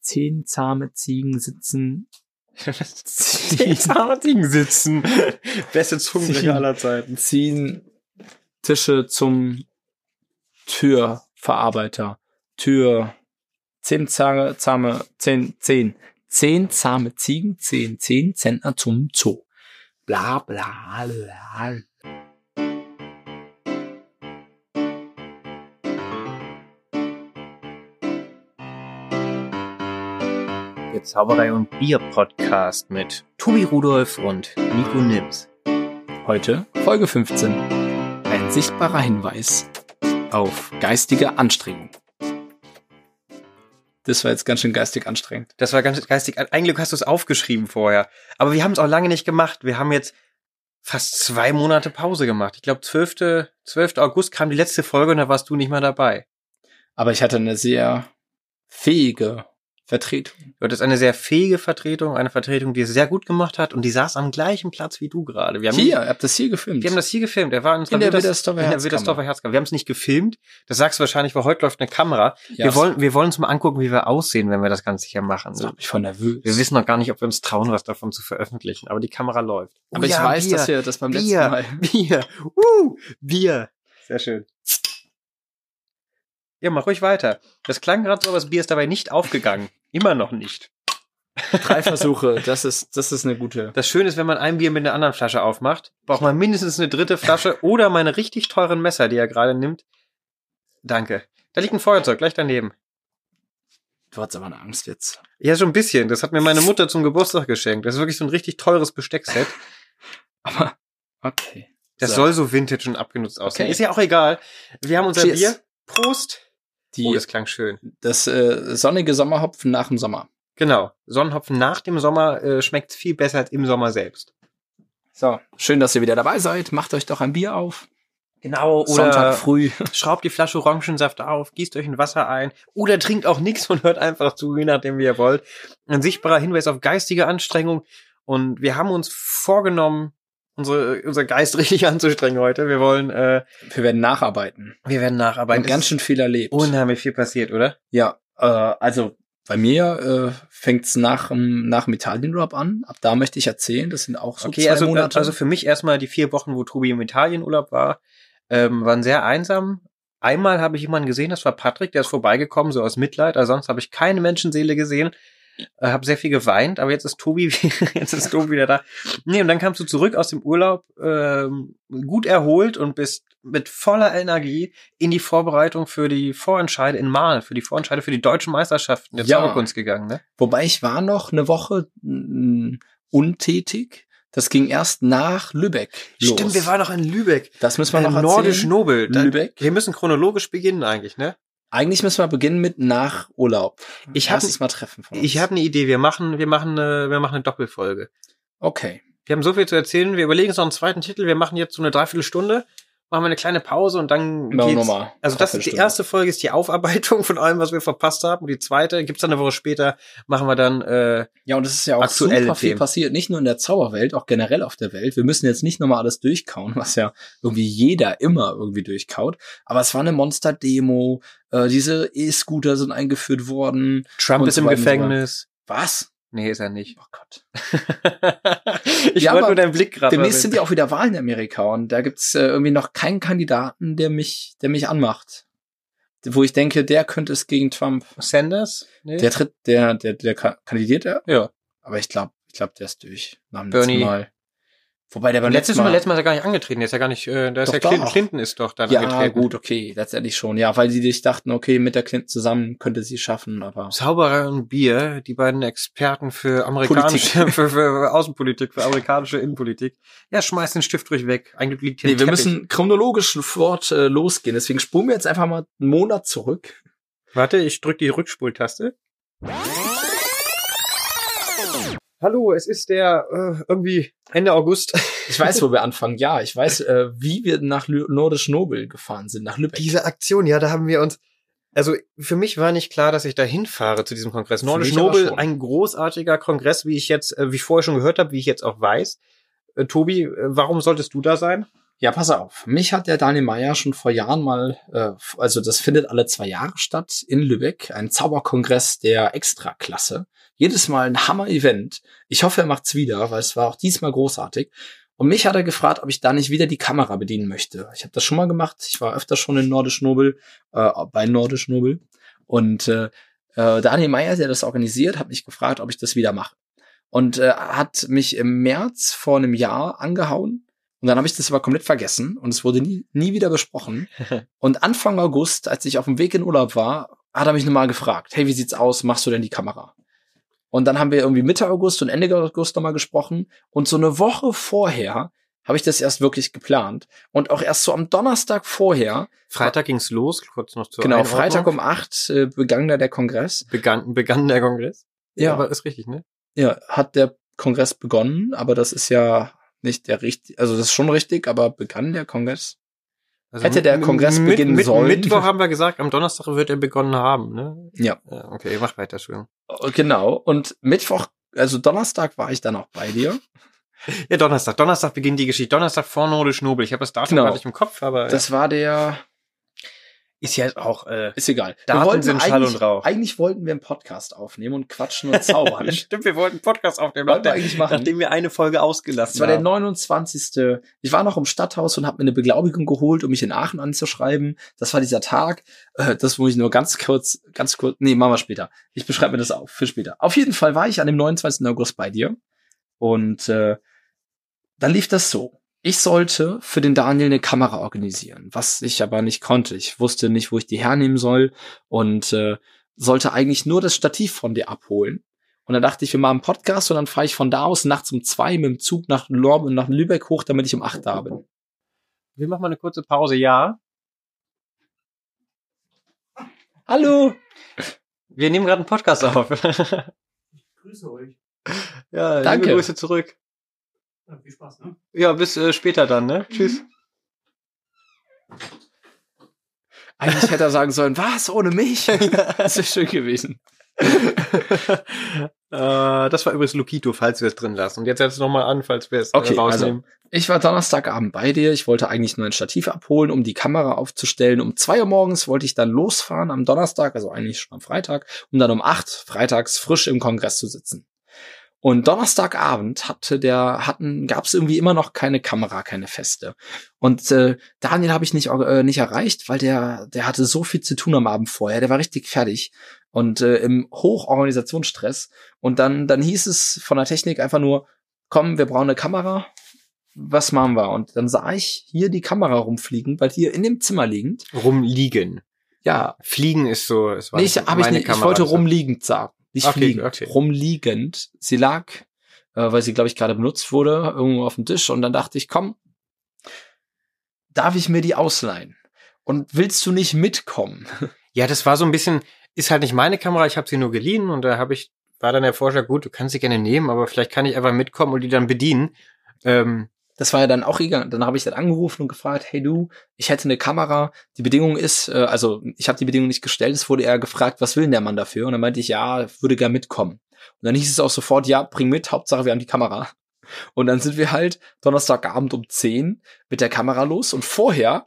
zehn zahme Ziegen sitzen. Zehn zahme Ziegen sitzen. Beste Zungenbrecher aller Zeiten. Ziehen Tische zum Türverarbeiter. Tür. Zehn zahme, zahme, zehn, zehn. Zehn zahme Ziegen, zehn, zehn Zentner zum Zoo. Bla, bla, bla. Der Zauberei und Bier Podcast mit Tobi Rudolf und Nico Nims. Heute Folge 15. Ein sichtbarer Hinweis auf geistige Anstrengung. Das war jetzt ganz schön geistig anstrengend. Das war ganz geistig. Ein Glück hast du es aufgeschrieben vorher. Aber wir haben es auch lange nicht gemacht. Wir haben jetzt fast zwei Monate Pause gemacht. Ich glaube, 12. 12. August kam die letzte Folge und da warst du nicht mehr dabei. Aber ich hatte eine sehr fähige Vertretung. Du hattest eine sehr fähige Vertretung, eine Vertretung, die es sehr gut gemacht hat und die saß am gleichen Platz wie du gerade. Wir haben, Hier, ihr habt das hier gefilmt. wir haben das hier gefilmt. Er war in, In der Wildersdorfer Wildersdorfer Herzkammer. Herzkammer. Wir haben es nicht gefilmt. Das sagst du wahrscheinlich, weil heute läuft eine Kamera. ja, Wir wollen, wir wollen uns mal angucken, wie wir aussehen, wenn wir das Ganze hier machen. Das macht mich voll nervös. Wir wissen noch gar nicht, ob wir uns trauen, was davon zu veröffentlichen, aber die Kamera läuft. Oh Aber ich weiß, dass wir das beim Bier. letzten Mal. Bier. Uh, Bier. Sehr schön. Ja, mach ruhig weiter. Das klang gerade so, aber das Bier ist dabei nicht aufgegangen. Immer noch nicht. Drei Versuche, das ist, das ist eine gute. Das Schöne ist, wenn man ein Bier mit einer anderen Flasche aufmacht, braucht man mindestens eine dritte Flasche oder meine richtig teuren Messer, die er gerade nimmt. Danke. Da liegt ein Feuerzeug gleich daneben. Du hattest aber eine Angst jetzt. Ja, so ein bisschen. Das hat mir meine Mutter zum Geburtstag geschenkt. Das ist wirklich so ein richtig teures Besteckset. Aber, okay. Das So. soll so vintage und abgenutzt aussehen. Okay. Ist ja auch egal. Wir haben unser Cheers. Bier. Prost. Die, oh, das klang schön. das äh, sonnige Sommerhopfen nach dem Sommer. Genau. Sonnenhopfen nach dem Sommer äh, schmeckt viel besser als im Sommer selbst. So, schön, dass ihr wieder dabei seid. Macht euch doch ein Bier auf. Genau. Sonntag Oder früh. schraubt die Flasche Orangensaft auf, gießt euch ein Wasser ein oder trinkt auch nichts und hört einfach zu, je nachdem, wie ihr wollt. Ein sichtbarer Hinweis auf geistige Anstrengung. Und wir haben uns vorgenommen, unsere, unser Geist richtig anzustrengen heute. Wir wollen, äh, Wir werden nacharbeiten. wir werden Weil nacharbeiten. Es ganz ist schön viel erlebt. unheimlich viel passiert, oder? ja, äh, also bei mir äh, fängt's nach, dem- nach dem Italien-Rap an. Ab da möchte ich erzählen. Das sind auch so okay, zwei also, Monate. also für mich erstmal die vier Wochen, wo Tobi im Italienurlaub war, ähm, waren sehr einsam. Einmal habe ich jemanden gesehen, das war Patrick, der ist vorbeigekommen, so aus Mitleid. Also sonst habe ich keine Menschenseele gesehen. Äh, habe sehr viel geweint, aber jetzt ist Tobi, jetzt ist Tobi wieder da. Nee, und dann kamst du zurück aus dem Urlaub, ähm, gut erholt und bist mit voller Energie in die Vorbereitung für die Vorentscheide in Malen, für die Vorentscheide für die deutschen Meisterschaften der Ja. Zauberkunst gegangen, ne? Wobei ich war noch eine Woche mm, untätig. Das ging erst nach Lübeck los. Stimmt, wir waren noch in Lübeck. das müssen wir noch Äh, erzählen. Nordisch Nobel. Da, Lübeck. Wir müssen chronologisch beginnen eigentlich, ne? Eigentlich müssen wir beginnen mit nach Urlaub. Ich hab- Erstes Mal treffen von uns. Ich habe eine Idee. Wir machen, wir machen, eine, wir machen eine Doppelfolge. okay. Wir haben so viel zu erzählen. Wir überlegen uns noch einen zweiten Titel. Wir machen jetzt so eine Dreiviertelstunde, machen wir eine kleine Pause und dann Machen wir geht's. nochmal. Also das ist die Dreiviertelstunde. erste Folge, ist die Aufarbeitung von allem, was wir verpasst haben. Und die zweite gibt's dann eine Woche später. Machen wir dann. Äh, Ja, und es ist ja auch Aktuelle super viel Themen. passiert, nicht nur in der Zauberwelt, auch generell auf der Welt. Wir müssen jetzt nicht nochmal alles durchkauen, was ja irgendwie jeder immer irgendwie durchkaut. Aber es war eine Monster-Demo, äh, diese E-Scooter sind eingeführt worden. Trump Und ist so im weiter und so weiter. Gefängnis. Was? Nee, ist er nicht. Oh Gott. ich Ja, wollte aber nur deinen Blick gerade. Demnächst sind ja auch wieder Wahlen in Amerika und da gibt's äh, irgendwie noch keinen Kandidaten, der mich, der mich anmacht. Wo ich denke, der könnte es gegen Trump. Sanders. Nee. Der tritt, der, der, der ka- kandidiert er? Ja. Aber ich glaube, ich glaube, der ist durch. Nach dem Bernie. letzten Mal. Wobei der beim letztes letzten Mal, Mal letztes Mal ist er gar nicht angetreten. Der ist ja gar nicht. Äh, da ist Doch, ja Clinton, doch. Clinton ist doch dann Ja, angetreten. gut, okay, letztendlich schon. Ja, weil die sich dachten, okay, mit der Clinton zusammen könnte sie schaffen, aber Zauberer und Bier, die beiden Experten für amerikanische, für, für Außenpolitik, für amerikanische Innenpolitik. Ja, schmeißt den Stift ruhig weg. Eigentlich liegt hier Nee, ein wir Teppich. müssen chronologisch sofort äh, losgehen. Deswegen spulen wir jetzt einfach mal einen Monat zurück. Warte, ich drück die Rückspultaste. Hallo, es ist der äh, irgendwie Ende August. Ich weiß, wo wir anfangen. Ja, ich weiß, äh, wie wir nach Lü- Nordisch Nobel gefahren sind, nach Lübeck. Diese Aktion, ja, da haben wir uns. Also für mich war nicht klar, dass ich da hinfahre zu diesem Kongress. Für Nordisch mich aber Nobel, schon. ein großartiger Kongress, wie ich jetzt, äh, wie ich vorher schon gehört habe, wie ich jetzt auch weiß. Äh, Tobi, äh, warum solltest du da sein? Ja, pass auf. Mich hat der Daniel Meyer schon vor Jahren mal, äh, also das findet alle zwei Jahre statt in Lübeck, ein Zauberkongress der Extraklasse. Jedes Mal ein Hammer-Event. Ich hoffe, er macht's wieder, weil es war auch diesmal großartig. Und mich hat er gefragt, ob ich da nicht wieder die Kamera bedienen möchte. Ich habe das schon mal gemacht. Ich war öfter schon in Nordisch Nobel, äh, bei Nordisch Nobel. Und äh, äh, Daniel Meyer, der das organisiert, hat mich gefragt, ob ich das wieder mache. Und äh, hat mich im März vor einem Jahr angehauen. Und dann habe ich das aber komplett vergessen und es wurde nie, nie wieder besprochen. Und Anfang August, als ich auf dem Weg in Urlaub war, hat er mich nochmal gefragt, hey, wie sieht's aus? Machst du denn die Kamera? Und dann haben wir irgendwie Mitte August und Ende August nochmal gesprochen. Und so eine Woche vorher habe ich das erst wirklich geplant. Und auch erst so am Donnerstag vorher, Freitag ging's los, kurz noch zu genau, Freitag um acht äh, begann da der Kongress. begann, begann der Kongress. Ja, aber ist richtig, ne? ja, hat der Kongress begonnen, aber das ist ja nicht der richtig, also das ist schon richtig, aber begann der Kongress? Also Hätte der mit- Kongress mit, beginnen mit, sollen? Mittwoch haben wir gesagt, am Donnerstag wird er begonnen haben, ne? Ja. Ja, Okay, mach weiter, Entschuldigung. Genau. Und Mittwoch, also Donnerstag war ich dann auch bei dir. Ja, Donnerstag. Donnerstag beginnt die Geschichte. Donnerstag vor Node Schnobel. Ich habe das Datum Genau. gar nicht im Kopf, aber Das war der, ist ja auch äh, ist egal. Daten sind Schall eigentlich, und Rauch. eigentlich wollten wir einen Podcast aufnehmen und quatschen und zaubern. Stimmt, wir wollten einen Podcast aufnehmen, Wollten wir nachdem, eigentlich machen. nachdem wir eine Folge ausgelassen Das war der haben. 29. Ich war noch im Stadthaus und habe mir eine Beglaubigung geholt, um mich in Aachen anzuschreiben. Das war dieser Tag. Äh, Das muss ich nur ganz kurz, ganz kurz. Nee, machen wir später. Ich beschreibe mir das auf für später. Auf jeden Fall war ich an dem 29. August bei dir. Und äh, dann lief das so. Ich sollte für den Daniel eine Kamera organisieren, was ich aber nicht konnte. Ich wusste nicht, wo ich die hernehmen soll und äh, sollte eigentlich nur das Stativ von dir abholen. Und dann dachte ich, wir machen einen Podcast und dann fahre ich von da aus nachts um zwei mit dem Zug nach Lorb und nach Lübeck hoch, damit ich um acht da bin. Wir machen mal eine kurze Pause, ja. Hallo! Wir nehmen gerade einen Podcast auf. Grüße euch. ja, Danke. liebe Grüße zurück. Ja, viel Spaß, ne? Ja, bis äh, später dann, ne? Tschüss. Eigentlich hätte er sagen sollen, was, ohne mich? Das wäre schön gewesen. äh, das war übrigens Lukito, falls wir es drin lassen. Und jetzt setzt nochmal an, falls wir es Okay, äh, rausnehmen. Ich war Donnerstagabend bei dir. Ich wollte eigentlich nur ein Stativ abholen, um die Kamera aufzustellen. Um zwei Uhr morgens wollte ich dann losfahren am Donnerstag, also eigentlich schon am Freitag, um dann um acht freitags frisch im Kongress zu sitzen. Und Donnerstagabend hatte der hatten gab es irgendwie immer noch keine Kamera, keine feste. Und äh, Daniel habe ich nicht äh, nicht erreicht, weil der der hatte so viel zu tun am Abend vorher. Der war richtig fertig und äh, im Hochorganisationsstress. Und dann dann hieß es von der Technik einfach nur, komm, wir brauchen eine Kamera was machen wir? Und dann sah ich hier die Kamera rumfliegen, bei dir in dem Zimmer liegend. Rumliegen. Ja, Fliegen ist so, es war nee, ich, hab ich, nicht, ich wollte rumliegend sagen, nicht Okay, fliegen, okay. rumliegend. Sie lag, äh, weil sie, glaube ich, gerade benutzt wurde, irgendwo auf dem Tisch. Und dann dachte ich, komm, darf ich mir die ausleihen? Und willst du nicht mitkommen? Ja, das war so ein bisschen, ist halt nicht meine Kamera, ich habe sie nur geliehen und da habe ich, war dann der Vorschlag, gut, du kannst sie gerne nehmen, aber vielleicht kann ich einfach mitkommen und die dann bedienen. Ähm, Das war ja dann auch egal. Dann habe ich dann angerufen und gefragt, hey du, ich hätte eine Kamera. Die Bedingung ist, äh, also ich habe die Bedingung nicht gestellt, es wurde eher gefragt, was will denn der Mann dafür? Und dann meinte ich, ja, würde gern mitkommen. Und dann hieß es auch sofort, ja, bring mit, Hauptsache wir haben die Kamera. Und dann sind wir halt Donnerstagabend um 10 mit der Kamera los und vorher,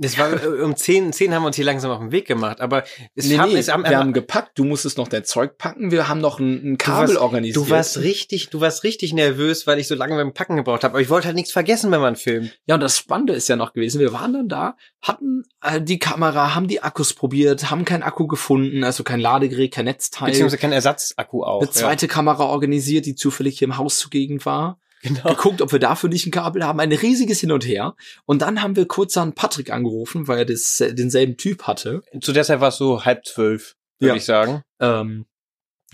das war äh, um zehn, zehn haben wir uns hier langsam auf den Weg gemacht, aber es nee, haben, nee, es haben, wir haben gepackt, du musstest noch dein Zeug packen, wir haben noch ein, ein Kabel warst- organisiert. Du warst richtig, du warst richtig nervös, weil ich so lange beim Packen gebraucht habe. Aber ich wollte halt nichts vergessen, wenn man filmt. Ja, und das Spannende ist ja noch gewesen, wir waren dann da, hatten äh, die Kamera, haben die Akkus probiert, haben keinen Akku gefunden, also kein Ladegerät, kein Netzteil. Beziehungsweise kein Ersatzakku auch. eine zweite Kamera organisiert, die zufällig hier im Haus zugegen war. ja. genau. Geguckt, ob wir dafür nicht ein Kabel haben. Ein riesiges Hin und Her. Und dann haben wir kurz an Patrick angerufen, weil er das, äh, denselben Typ hatte. Zu der Zeit war es so halb zwölf, würde Ja. ich sagen. Ähm,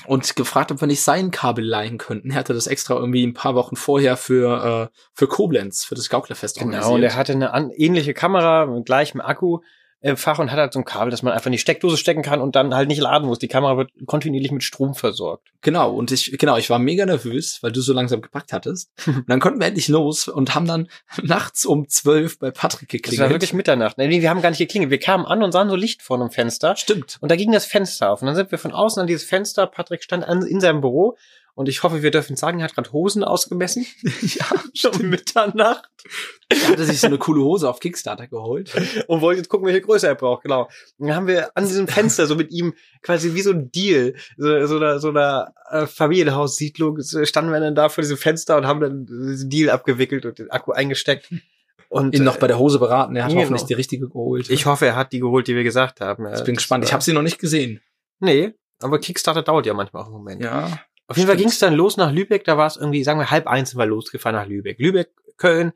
und gefragt, ob wir nicht sein Kabel leihen könnten. Er hatte das extra irgendwie ein paar Wochen vorher für, äh, für Koblenz, für das Gauklerfest Genau, organisiert. und er hatte eine an, ähnliche Kamera mit gleichem Akku. äh, Fach und hat halt so ein Kabel, dass man einfach in die Steckdose stecken kann und dann halt nicht laden muss. Die Kamera wird kontinuierlich mit Strom versorgt. Genau, und ich, genau, ich war mega nervös, weil du so langsam gepackt hattest. Und dann konnten wir endlich los und haben dann nachts um zwölf bei Patrick Das war geklingelt. wirklich Mitternacht. Nee, wir haben gar nicht geklingelt. Wir kamen an und sahen so Licht vor einem Fenster. Stimmt. Und da ging das Fenster auf. Und dann sind wir von außen an dieses Fenster. Patrick stand an, in seinem Büro Und ich hoffe, wir dürfen sagen, er hat gerade Hosen ausgemessen. ja, um Mitternacht. er hatte sich so eine coole Hose auf Kickstarter geholt. Und wollte jetzt gucken, welche Größe er braucht, genau. Und dann haben wir an diesem Fenster so mit ihm quasi wie so ein Deal, so, so einer, so einer äh, Familienhaussiedlung, so standen wir dann da vor diesem Fenster und haben dann diesen Deal abgewickelt und den Akku eingesteckt. Und Ihn noch bei der Hose beraten, er hat äh, Genau. hoffentlich die richtige geholt. äh, ich hoffe, er hat die geholt, die wir gesagt haben. Äh, ich bin gespannt. Ich habe sie noch nicht gesehen. Nee, aber Kickstarter dauert ja manchmal auch einen Moment. Ja. Auf jeden Fall Stimmt. ging es dann los nach Lübeck, da war es irgendwie, sagen wir, halb eins sind wir losgefahren nach Lübeck. Lübeck, Köln,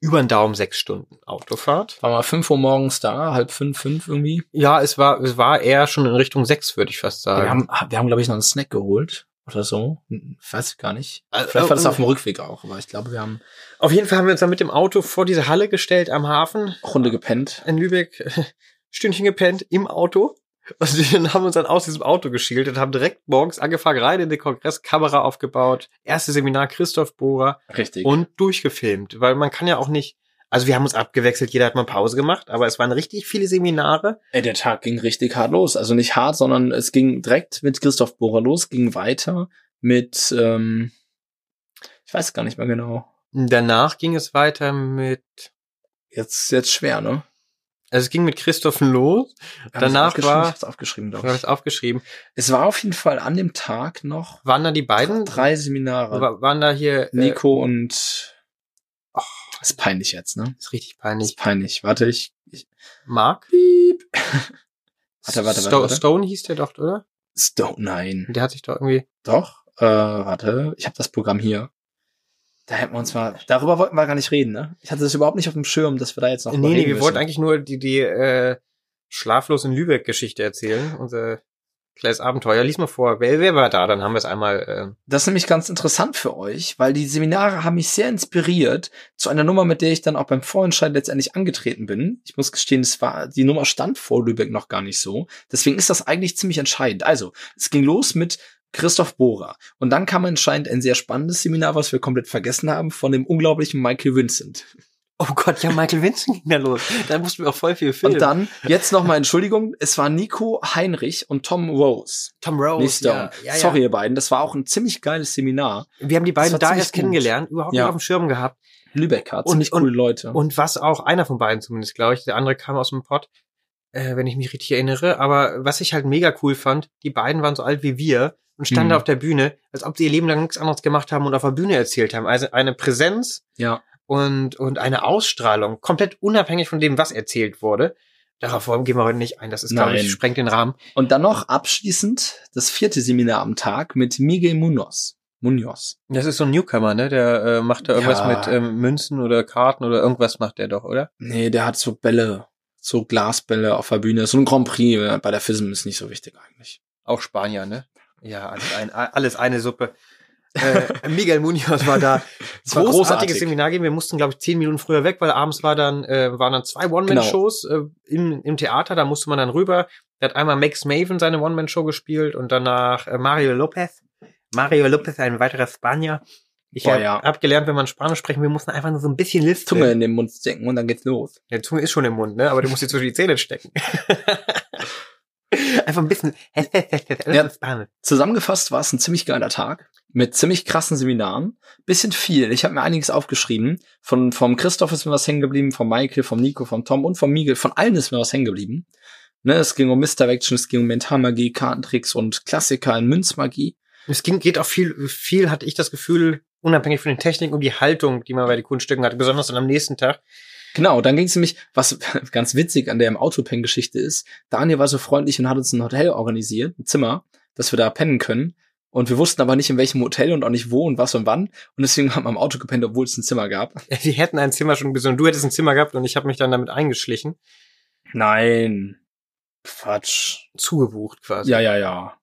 über den Daumen sechs Stunden Autofahrt. War mal 5 Uhr morgens da, halb fünf, fünf irgendwie. Ja, es war, es war eher schon in Richtung sechs, würde ich fast sagen. Wir haben, wir haben glaube ich, noch einen Snack geholt oder so. Hm, Weiß gar nicht. Also, Vielleicht war das äh, auf dem Rückweg auch, aber ich glaube, wir haben auf jeden Fall haben wir uns dann mit dem Auto vor diese Halle gestellt am Hafen Runde gepennt. in Lübeck, Stündchen gepennt im Auto. Und dann haben wir uns dann aus diesem Auto geschielt und haben direkt morgens angefangen, rein in den Kongress, Kamera aufgebaut, erstes Seminar Christoph Bohrer, Richtig. und durchgefilmt, weil man kann ja auch nicht, also wir haben uns abgewechselt, jeder hat mal Pause gemacht, aber es waren richtig viele Seminare. Ey, Äh, der Tag ging richtig hart los. Also nicht hart, sondern es ging direkt mit Christoph Bohrer los, ging weiter mit, ähm, ich weiß gar nicht mehr genau. Danach ging es weiter mit, Jetzt, jetzt schwer, ne? also es ging mit Christophen los, Hab Danach ich's aufgeschrieben? war- Ich hab's aufgeschrieben, ich glaube habe ich. es aufgeschrieben, Es war auf jeden Fall an dem Tag noch waren da die beiden, drei Seminare. Wa- waren da hier, äh, Nico und. ist peinlich jetzt, ne? ist richtig Ist peinlich, peinlich. Warte, ich. ich Mark, piep. Warte, warte, Sto warte, warte. Stone hieß der doch, oder? Stone, nein. Der hat sich doch irgendwie, Doch. Äh, warte, ich habe das Programm hier. Da hätten wir uns mal. Darüber wollten wir gar nicht reden, ne? Ich hatte das überhaupt nicht auf dem Schirm, dass wir da jetzt noch. nee, drüber nee, reden wir müssen. wollten eigentlich nur die, die, äh, schlaflos in Lübeck Geschichte erzählen, unser kleines Abenteuer, lies mal vor, wer, wer war da, dann haben wir es einmal, äh, Das ist nämlich ganz interessant für euch, weil die Seminare haben mich sehr inspiriert zu einer Nummer, mit der ich dann auch beim Vorentscheid letztendlich angetreten bin. Ich muss gestehen, es war, die Nummer stand vor Lübeck noch gar nicht so. Deswegen ist das eigentlich ziemlich entscheidend. Also, es ging los mit Christoph Bohrer. Und dann kam anscheinend ein sehr spannendes Seminar, was wir komplett vergessen haben, von dem unglaublichen Michael Vincent. äh, oh Gott, ja, Michael Vincent ging da los, da mussten wir auch voll viel filmen. Und dann, jetzt nochmal Entschuldigung, es war Nico Heinrich und Tom Rose. Tom Rose. nicht Stone. Ja, ja, Sorry, ihr beiden. Das war auch ein ziemlich geiles Seminar. Ja. Wir haben die Das war beiden da ziemlich erst gut. kennengelernt, überhaupt Ja. nicht auf dem Schirm gehabt. Lübeck hat Und- ziemlich und- coole Leute. Und was auch einer von beiden zumindest, glaube ich, der andere kam aus dem Pott, äh, wenn ich mich richtig erinnere. Aber was ich halt mega cool fand, die beiden waren so alt wie wir und standen Mhm. da auf der Bühne, als ob sie ihr Leben lang nichts anderes gemacht haben und auf der Bühne erzählt haben. Also eine Präsenz ja. und, und eine Ausstrahlung, komplett unabhängig von dem, was erzählt wurde. Darauf gehen wir heute nicht ein, das ist, glaube Nein. ich, sprengt den Rahmen. Und dann noch abschließend das vierte Seminar am Tag mit Miguel Munoz. Munoz. Das ist so ein Newcomer, ne? Der äh, macht da irgendwas Ja. mit ähm, Münzen oder Karten oder irgendwas macht der doch, oder? Nee, der hat so Bälle, so Glasbälle auf der Bühne. So ein Grand Prix äh, bei der FISM ist nicht so wichtig eigentlich. Auch Spanier, ne? Ja, alles, ein, alles eine Suppe. Äh, Miguel Munoz war da. Es war großartig. Großartiges Seminar geben. Wir mussten, glaube ich, zehn Minuten früher weg, weil abends war dann, äh, waren dann zwei One-Man-Shows Genau. äh, im, im Theater. Da musste man dann rüber. Da hat einmal Max Maven seine One-Man-Show gespielt und danach äh, Mario Lopez. Mario Lopez, ein weiterer Spanier. Ich Boah, habe ja. hab gelernt, wenn man Spanisch sprechen, will, muss man einfach nur so ein bisschen lispeln. Zunge in den Mund stecken und dann geht's los. Ja, die Zunge ist schon im Mund, ne? Aber du musst die zwischen die Zähne stecken. Einfach ein bisschen. Ja. Zusammengefasst war es ein ziemlich geiler Tag mit ziemlich krassen Seminaren. Bisschen viel. Ich habe mir einiges aufgeschrieben. Von vom Christoph ist mir was hängen geblieben, vom Michael, vom Nico, vom Tom und vom Miguel. Von allen ist mir was hängen geblieben. Ne, es ging um Misdirection, es ging um Mentalmagie, Kartentricks und Klassiker in Münzmagie. Es ging, geht auch viel, viel hatte ich das Gefühl, unabhängig von den Techniken und die Haltung, die man bei den Kunststücken hatte, besonders dann am nächsten Tag. Genau, dann ging es nämlich, was ganz witzig an der im Autopen-Geschichte ist, Daniel war so freundlich und hat uns ein Hotel organisiert, ein Zimmer, dass wir da pennen können. Und wir wussten aber nicht, in welchem Hotel und auch nicht wo und was und wann. Und deswegen haben wir im Auto gepennt, obwohl es ein Zimmer gab. Wir hätten ein Zimmer schon gesehen. Du hättest ein Zimmer gehabt und ich habe mich dann damit eingeschlichen. Nein. Quatsch. Zugebucht quasi. Ja, ja, ja.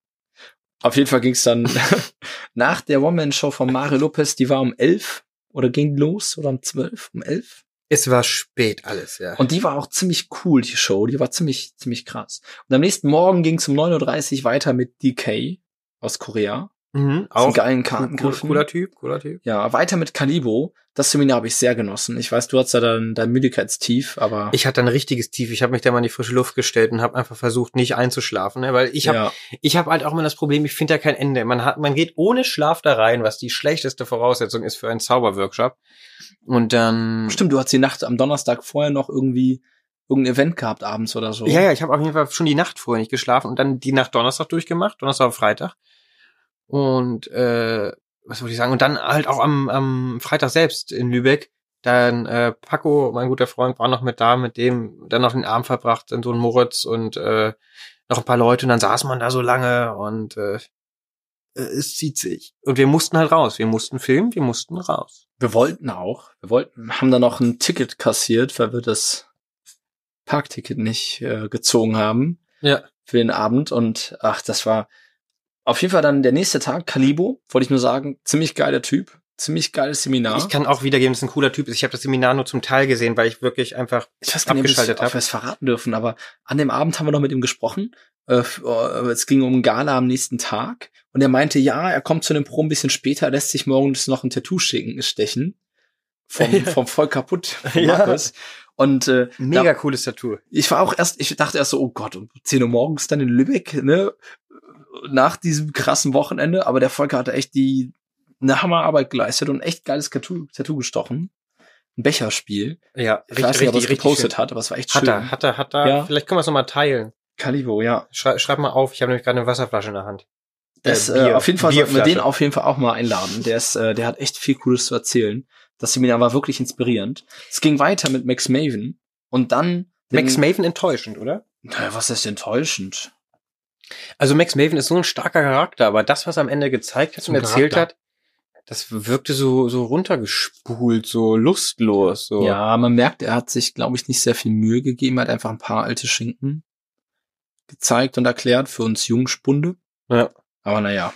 Auf jeden Fall ging es dann nach der One-Man-Show von Mario Lopez, die war um elf oder ging los oder um zwölf, um elf. Es war spät alles, ja. Und die war auch ziemlich cool, die Show. Die war ziemlich, ziemlich krass. Und am nächsten Morgen ging es um 9.30 Uhr weiter mit DK aus Korea. Mhm, Auch einen auch geilen cooler, Kartengriff. cooler Typ, cooler Typ. Ja, weiter mit Calibo. Das Seminar habe ich sehr genossen. Ich weiß, du hattest ja dann dein Müdigkeitstief, aber Ich hatte ein richtiges Tief. Ich habe mich da mal in die frische Luft gestellt und habe einfach versucht, nicht einzuschlafen, ne? weil ich habe ja, ich habe halt auch immer das Problem, ich finde da kein Ende. Man hat, man geht ohne Schlaf da rein, was die schlechteste Voraussetzung ist für einen Zauberworkshop. Und dann. stimmt, du hast die Nacht am Donnerstag vorher noch irgendwie irgendein Event gehabt abends oder so. Ja, ja, ich habe auf jeden Fall schon die Nacht vorher nicht geschlafen und dann die Nacht Donnerstag durchgemacht, Donnerstag auf Freitag. Und äh, was wollte ich sagen? Und dann halt auch am, am Freitag selbst in Lübeck. Dann äh, Paco, mein guter Freund, war noch mit da, mit dem dann noch den Abend verbracht, dann so ein Moritz und äh, noch ein paar Leute und dann saß man da so lange und äh, äh, es zieht sich. Und wir mussten halt raus. Wir mussten filmen, wir mussten raus. Wir wollten auch. Wir wollten, haben dann noch ein Ticket kassiert, weil wir das Parkticket nicht äh, gezogen haben Ja. für den Abend. Und ach, das war auf jeden Fall dann der nächste Tag, Calibo, wollte ich nur sagen, ziemlich geiler Typ, ziemlich geiles Seminar. Ich kann auch wiedergeben, dass ein cooler Typ ist. Ich habe das Seminar nur zum Teil gesehen, weil ich wirklich einfach ich weiß gar nicht, ob abgeschaltet wir es- ob hab. wir es verraten dürfen, aber an dem Abend haben wir noch mit ihm gesprochen. Äh, f- äh, es ging um Gala am nächsten Tag und er meinte, ja, er kommt zu dem Pro ein bisschen später, lässt sich morgens noch ein Tattoo schicken, stechen. Vom, Ja. vom voll kaputt, von Ja. Markus. Und äh, mega Ja. cooles Tattoo. ich war auch erst, ich dachte erst so, oh Gott, um 10 Uhr morgens dann in Lübeck, ne? Nach diesem krassen Wochenende, aber der Volker hatte echt die eine Hammerarbeit geleistet und echt geiles Tattoo, Tattoo gestochen. Ein Becherspiel. Ja, Ich weiß nicht, ob er es gepostet schön. hat, aber es war echt Hat schön. er, hat er, hat er. Ja. Vielleicht können wir es nochmal teilen. Calibo, ja. Schrei, schreib mal auf, ich habe nämlich gerade eine Wasserflasche in der Hand. Das, Äh, äh, Bier- auf jeden Fall sollten wir Bierflasche. den auf jeden Fall auch mal einladen. Der ist, äh, der hat echt viel Cooles zu erzählen. Das Seminar war wirklich inspirierend. Es ging weiter mit Max Maven und dann den- Max Maven enttäuschend, oder? Naja, was ist enttäuschend? Also Max Maven ist so ein starker Charakter, aber das, was er am Ende gezeigt hat So und ein erzählt Charakter. hat, das wirkte so, so runtergespult, so lustlos, so. Ja, man merkt, er hat sich, glaube ich, nicht sehr viel Mühe gegeben, hat einfach ein paar alte Schinken gezeigt und erklärt für uns Jungspunde. Ja. Aber naja.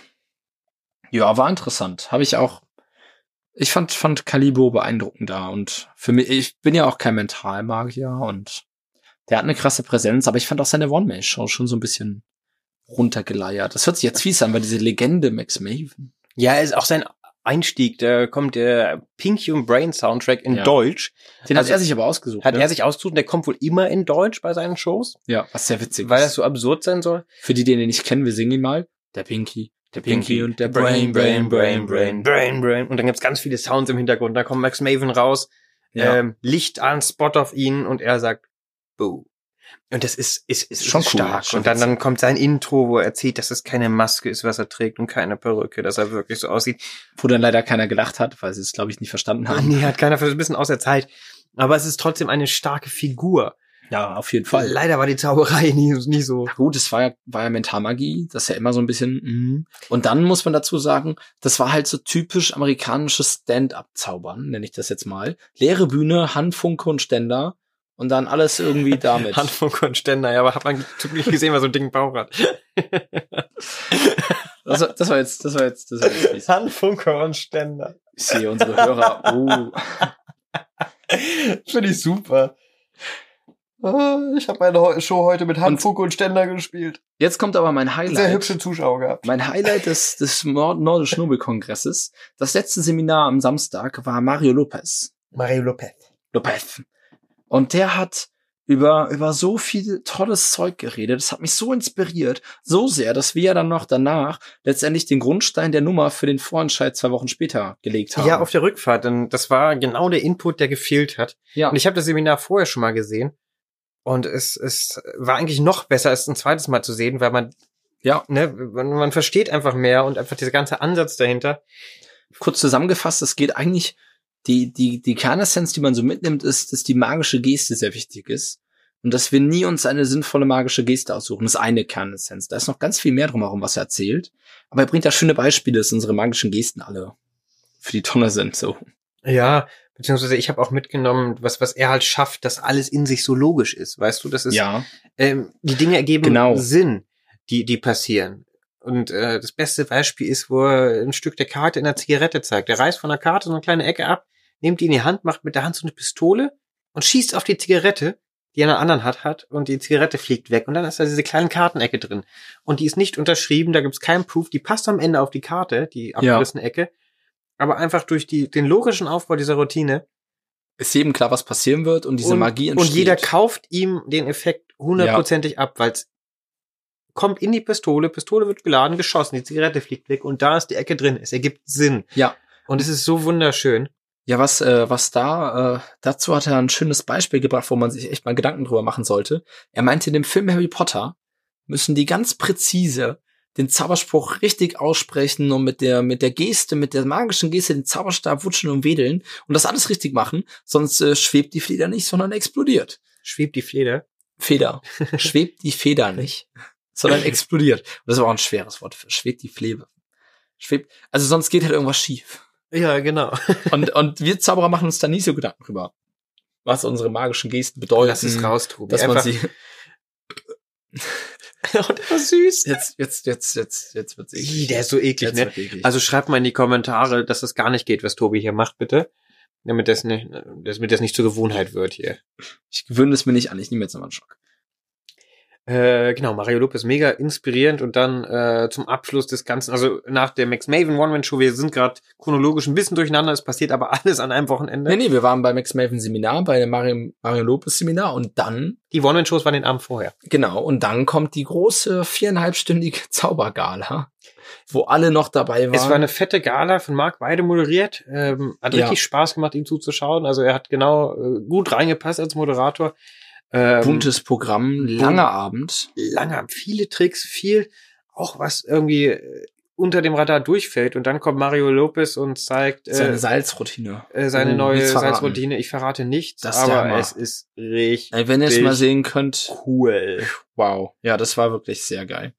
Ja, war interessant. Habe ich auch. Ich fand, fand Calibo beeindruckend da und für mich, ich bin ja auch kein Mentalmagier und der hat eine krasse Präsenz, aber ich fand auch seine One-Man-Show schon so ein bisschen runtergeleiert. Das hört sich jetzt fies an, weil diese Legende Max Maven. Ja, ist auch sein Einstieg, da kommt der Pink Human Brain Soundtrack in Ja. Deutsch. Den Also, hat er sich aber ausgesucht. Hat ne? er sich ausgesucht, der kommt wohl immer in Deutsch bei seinen Shows, ja, was sehr witzig weil ist. das so absurd sein soll. Für die, die den nicht kennen, wir singen ihn mal. Der Pinky, der Pinky, und der Brain, Brain, Brain, Brain. Brain, Brain. Und dann gibt's ganz viele Sounds im Hintergrund. Da kommt Max Maven raus, Ja. ähm, Licht an, Spot auf ihn und er sagt Boo. Und das ist, ist, ist Schon schon cool, stark. schon und dann, dann kommt sein Intro, wo er erzählt, dass es keine Maske ist, was er trägt und keine Perücke, dass er wirklich so aussieht. Wo dann leider keiner gelacht hat, weil sie es, glaube ich, nicht verstanden haben. Nee, hat keiner für ein bisschen aus der Zeit. Aber es ist trotzdem eine starke Figur. Ja, auf jeden Leider war die Zauberei nie, nie so. Na gut, es war ja, war ja Mentalmagie, das ist ja immer so ein bisschen. Mm. Und dann muss man dazu sagen, das war halt so typisch amerikanisches Stand-up-Zaubern, nenne ich das jetzt mal. Leere Bühne, Handfunke und Ständer und dann alles irgendwie damit. Handfunk und Ständer, ja, aber hat man zum Glück nicht gesehen, was so ein Ding Bauch hat. das, war- Also, das war jetzt, das war jetzt, das war jetzt. fies. Handfunker und Ständer. Ich sehe unsere Hörer. Oh. Finde ich super. Ah, Ich habe meine Show heute mit Handfunke und Ständer gespielt. Jetzt kommt aber mein Highlight. Zuschauer gehabt. Mein Highlight des, des Nord- Nordischen Nobelkongresses, das letzte Seminar am Samstag war Mario Lopez. Mario Lopez. Lopez. Und der hat über, über so viel tolles Zeug geredet. Das hat mich so inspiriert, so sehr, dass wir ja dann noch danach letztendlich den Grundstein der Nummer für den Vorentscheid zwei Wochen später gelegt haben. Ja, auf der Rückfahrt. Denn das war genau der Input, der gefehlt hat. ja. Und ich habe das Seminar vorher schon mal gesehen. Und es, es war eigentlich noch besser, es ein zweites Mal zu sehen, weil man, Ja. ne, man, man versteht einfach mehr und einfach dieser ganze Ansatz dahinter. kurz zusammengefasst, es geht eigentlich, die, die, die Kernessenz, die man so mitnimmt, ist, dass die magische Geste sehr wichtig ist. Und dass wir nie uns eine sinnvolle magische Geste aussuchen. Das ist eine Kernessenz. Da ist noch ganz viel mehr drumherum, was er erzählt. Aber er bringt da schöne Beispiele, dass unsere magischen Gesten alle für die Tonne sind, so. Ja, beziehungsweise ich habe auch mitgenommen, was, was er halt schafft, dass alles in sich so logisch ist. Weißt du, das ist ja. ähm, die Dinge ergeben Genau. Sinn, die, die passieren. Und äh, das beste Beispiel ist, wo er ein Stück der Karte in der Zigarette zeigt. Er reißt von der Karte so eine kleine Ecke ab, nimmt die in die Hand, macht mit der Hand so eine Pistole und schießt auf die Zigarette. die einer anderen hat, hat und die Zigarette fliegt weg. Und dann ist da diese kleine Kartenecke drin. Und die ist nicht unterschrieben, da gibt's keinen Proof. Die passt am Ende auf die Karte, die abgerissene Ecke. Aber einfach durch die, den logischen Aufbau dieser Routine. Ist jedem klar, was passieren wird und diese und, Magie Und entsteht. jeder kauft ihm den Effekt hundertprozentig ab, weil es kommt in die Pistole, Pistole wird geladen, geschossen, die Zigarette fliegt weg und da ist die Ecke drin. Es ergibt Sinn. Ja. Und es ist so wunderschön. Ja, was, äh, was da, äh, dazu hat er ein schönes Beispiel gebracht, wo man sich echt mal Gedanken drüber machen sollte. Er meinte, in dem Film Harry Potter müssen die ganz präzise den Zauberspruch richtig aussprechen und mit der, mit der Geste, mit der magischen Geste den Zauberstab wutschen und wedeln und das alles richtig machen, sonst äh, schwebt die Feder nicht, sondern explodiert. Schwebt die Feder. Feder. schwebt die Feder nicht, sondern explodiert. Und das war auch ein schweres Wort für schwebt die Flebe. Schwebt, also sonst geht halt irgendwas schief. Ja, genau. Und, und wir Zauberer machen uns da nie so Gedanken drüber, was unsere magischen Gesten bedeuten. Lass es raus, Tobi. Mhm. Dass man Einfach- sie Oh, der war süß. jetzt, jetzt, jetzt, jetzt, jetzt wird's Ih, eklig. der ist so eklig, Jetzt ne? wird's eklig. Also schreibt mal in die Kommentare, dass das gar nicht geht, was Tobi hier macht, bitte. Damit das nicht, damit das nicht zur Gewohnheit wird hier. ich gewöhne es mir nicht an, ich nehme jetzt nochmal einen Schock. Äh, genau, Mario Lopez mega inspirierend und dann äh, zum Abschluss des Ganzen, also nach der Max Maven One-Man-Show, wir sind gerade chronologisch ein bisschen durcheinander, es passiert aber alles an einem Wochenende. Nee, nee, wir waren bei Max Melvin Seminar, bei dem Mario, Mario Lopez Seminar und dann, Die One-Man-Shows waren den Abend vorher. genau, und dann kommt die große viereinhalbstündige Zaubergala, wo alle noch dabei waren. Es war eine fette Gala von Marc Weide moderiert. Ähm, hat Ja. richtig Spaß gemacht, ihm zuzuschauen. Also er hat genau äh, gut reingepasst als Moderator. Ähm, buntes Programm, langer Abend. langer, viele Tricks, viel auch was irgendwie äh, unter dem Radar durchfällt. Und dann kommt Mario Lopez und zeigt Seine äh, Salzroutine. äh, seine Oh, neue nichts verraten. Salzroutine. Ich verrate nichts, Das ist der aber Hammer. es ist richtig Ey, Wenn ihr es mal sehen könnt, cool. Wow, ja, das war wirklich sehr geil.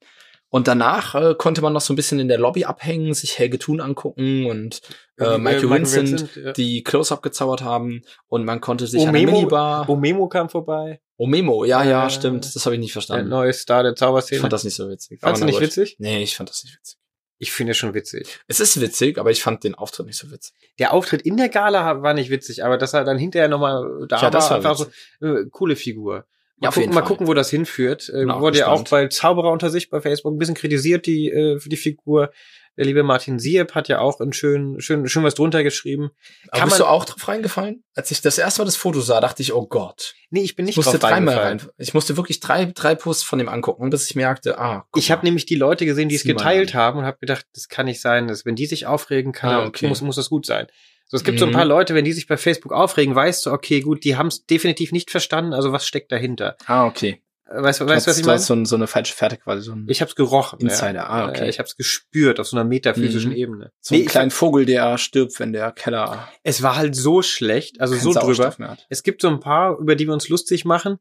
Und danach äh, konnte man noch so ein bisschen in der Lobby abhängen, sich Helge Thun angucken und äh, Michael Vincent, Vincent die Close-Up gezaubert haben. Und man konnte sich an der Omemo- Minibar... Omemo Oh, kam vorbei. Omemo, ja, Äh, ja, stimmt. Das habe ich nicht Ein verstanden. neues Star der Ich Zauberszene. fand das nicht so witzig. Fandst Aber du na nicht gut. witzig? Nee, ich fand das nicht witzig. Ich finde schon witzig. Es ist witzig, aber ich fand den Auftritt nicht so witzig. Der Auftritt in der Gala war nicht witzig, aber dass er dann hinterher nochmal da Ja, das war einfach so äh, coole Figur. Mal, Ja, auf gucken, jeden mal Fall. gucken, wo das hinführt. Äh, Bin auch wurde ja auch gespannt. bei Zauberer unter sich bei Facebook ein bisschen kritisiert, die, äh, für die Figur. Der liebe Martin Sieb hat ja auch ein schön, schön, schön was drunter geschrieben. Aber Kann bist man- du auch drauf reingefallen? Als ich das erste Mal das Foto sah, dachte ich, oh Gott. Nee, ich bin Ich nicht musste drauf dreimal reingefallen. rein. Ich musste wirklich drei, drei Posts von dem angucken, bis ich merkte, ah, guck Ich habe mal. nämlich die Leute gesehen, die es Sieh mal geteilt an. haben und habe gedacht, das kann nicht sein, dass wenn die sich aufregen kann, Ah, okay. muss, muss das gut sein. So, es gibt so ein Mhm. paar Leute, wenn die sich bei Facebook aufregen, weißt du, okay, gut, die haben es definitiv nicht verstanden, also was steckt dahinter? Ah, okay. Äh, Weißt, du- Du weißt hast, du, was ich du meine? hast so, ein- so eine falsche Fährte quasi, so ein Ich hab's gerochen. Insider. Ah, Ja. Okay. okay. Ich hab's gespürt auf so einer metaphysischen Mhm. Ebene. so einen ich- kleinen Vogel, der stirbt, wenn der Keller es war halt so schlecht, also keinen so drüber. Sauerstoff mehr hat. Es gibt so ein paar, über die wir uns lustig machen,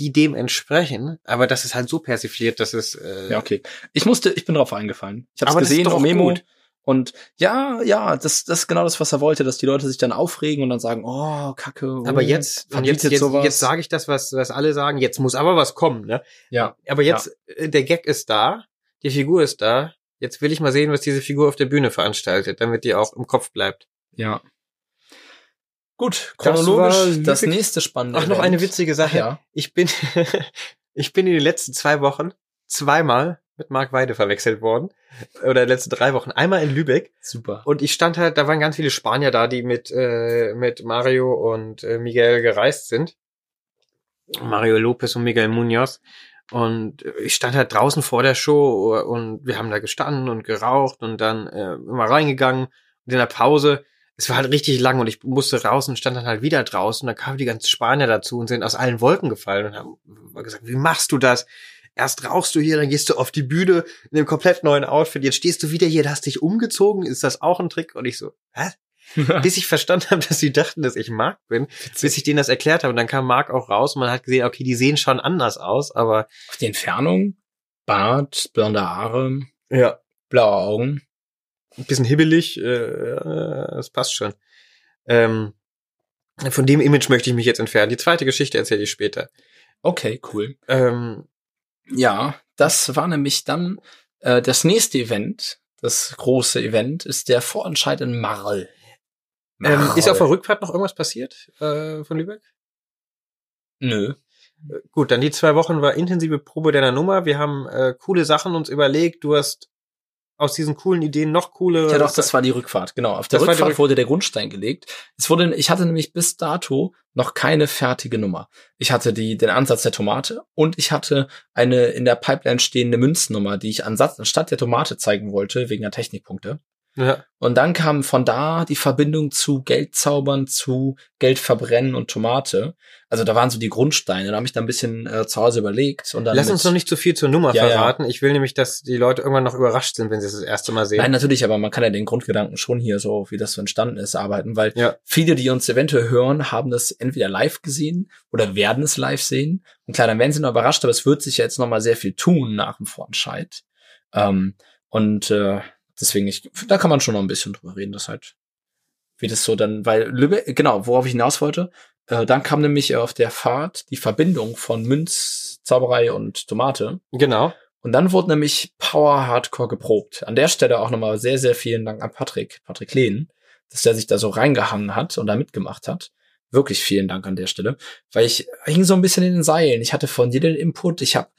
die dem entsprechen, aber das ist halt so persifliert, dass es äh, Ja, okay. Ich musste, ich bin drauf eingefallen. Ich habe Aber das ist gesehen, doch auf Memo. gut. Und ja, ja, das, das ist genau das, was er wollte, dass die Leute sich dann aufregen und dann sagen, oh, Kacke. Oh, Aber jetzt, und jetzt, verbietet jetzt, sowas. jetzt sage ich das, was, was alle sagen. Jetzt muss aber was kommen, ne? Ja. Aber jetzt, äh, der Gag ist da, die Figur ist da. Jetzt will ich mal sehen, was diese Figur auf der Bühne veranstaltet, damit die auch im Kopf bleibt. Ja. Gut, Das war chronologisch das, wirklich- nächste spannende. Ach, noch Event. eine witzige Sache. Ja. Ich bin, ich bin in den letzten zwei Wochen zweimal mit Mark Weide verwechselt worden. Oder in den letzten drei Wochen. Einmal in Lübeck. Super. Und ich stand halt, da waren ganz viele Spanier da, die mit, äh, mit Mario und äh, Miguel gereist sind. Mario Lopez und Miguel Munoz. Und äh, ich stand halt draußen vor der Show und wir haben da gestanden und geraucht und dann äh, immer reingegangen. Und in der Pause, es war halt richtig lang und ich musste raus und stand dann halt wieder draußen. Da kamen die ganzen Spanier dazu und sind aus allen Wolken gefallen und haben gesagt, wie machst du das? Erst rauchst du hier, dann gehst du auf die Bühne in einem komplett neuen Outfit. Jetzt stehst du wieder hier, da hast dich umgezogen. Ist das auch ein Trick? Und ich so, hä? bis ich verstanden habe, dass sie dachten, dass ich Mark bin, bis ich denen das erklärt habe. Und dann kam Mark auch raus und man hat gesehen, okay, die sehen schon anders aus, aber Auf die Entfernung, Bart, blonde Haare, ja, blaue Augen. ein bisschen hibbelig, äh, äh, das passt schon. Ähm, von dem Image möchte ich mich jetzt entfernen. Die zweite Geschichte erzähle ich später. Okay, cool. Ähm, Ja, das war nämlich dann äh, das nächste Event, das große Event, ist der Vorentscheid in Marl. ähm, Marl. ist auf der Rückfahrt noch irgendwas passiert äh, von Lübeck? Nö. Gut, dann die zwei Wochen war intensive Probe deiner Nummer. Wir haben äh, coole Sachen uns überlegt. Du hast aus diesen coolen Ideen noch coole. Ja, doch, das war die Rückfahrt, genau. Auf der Das war die Rückfahrt Rück- wurde der Grundstein gelegt. Es wurde, ich hatte nämlich bis dato noch keine fertige Nummer. Ich hatte die, den Ansatz der Tomate und ich hatte eine in der Pipeline stehende Münznummer, die ich ansatz, anstatt der Tomate zeigen wollte, wegen der Technikpunkte. ja. Und dann kam von da die Verbindung zu Geldzaubern, zu Geldverbrennen und Tomate. Also da waren so die Grundsteine. Da habe ich dann ein bisschen äh, zu Hause überlegt. Und dann Lass mit- uns noch nicht zu viel zur Nummer Ja, ja. verraten. Ich will nämlich, dass die Leute irgendwann noch überrascht sind, wenn sie es das erste Mal sehen. Nein, natürlich, aber man kann ja den Grundgedanken schon hier so, wie das so entstanden ist, arbeiten, weil Ja. viele, die uns eventuell hören, haben das entweder live gesehen oder werden es live sehen. Und klar, dann werden sie noch überrascht, aber es wird sich ja jetzt nochmal sehr viel tun nach dem Vorentscheid. Ähm, und äh, deswegen, ich, da kann man schon noch ein bisschen drüber reden, das halt, wie das so dann, weil Lübeck, genau, worauf ich hinaus wollte, äh, dann kam nämlich auf der Fahrt die Verbindung von Münz, Zauberei und Tomate. Genau. Und dann wurde nämlich Power Hardcore geprobt. An der Stelle auch nochmal sehr, sehr vielen Dank an Patrick, Patrick Lehn, dass der sich da so reingehangen hat und da mitgemacht hat. Wirklich vielen Dank an der Stelle, weil ich hing so ein bisschen in den Seilen. Ich hatte von jedem Input, ich habe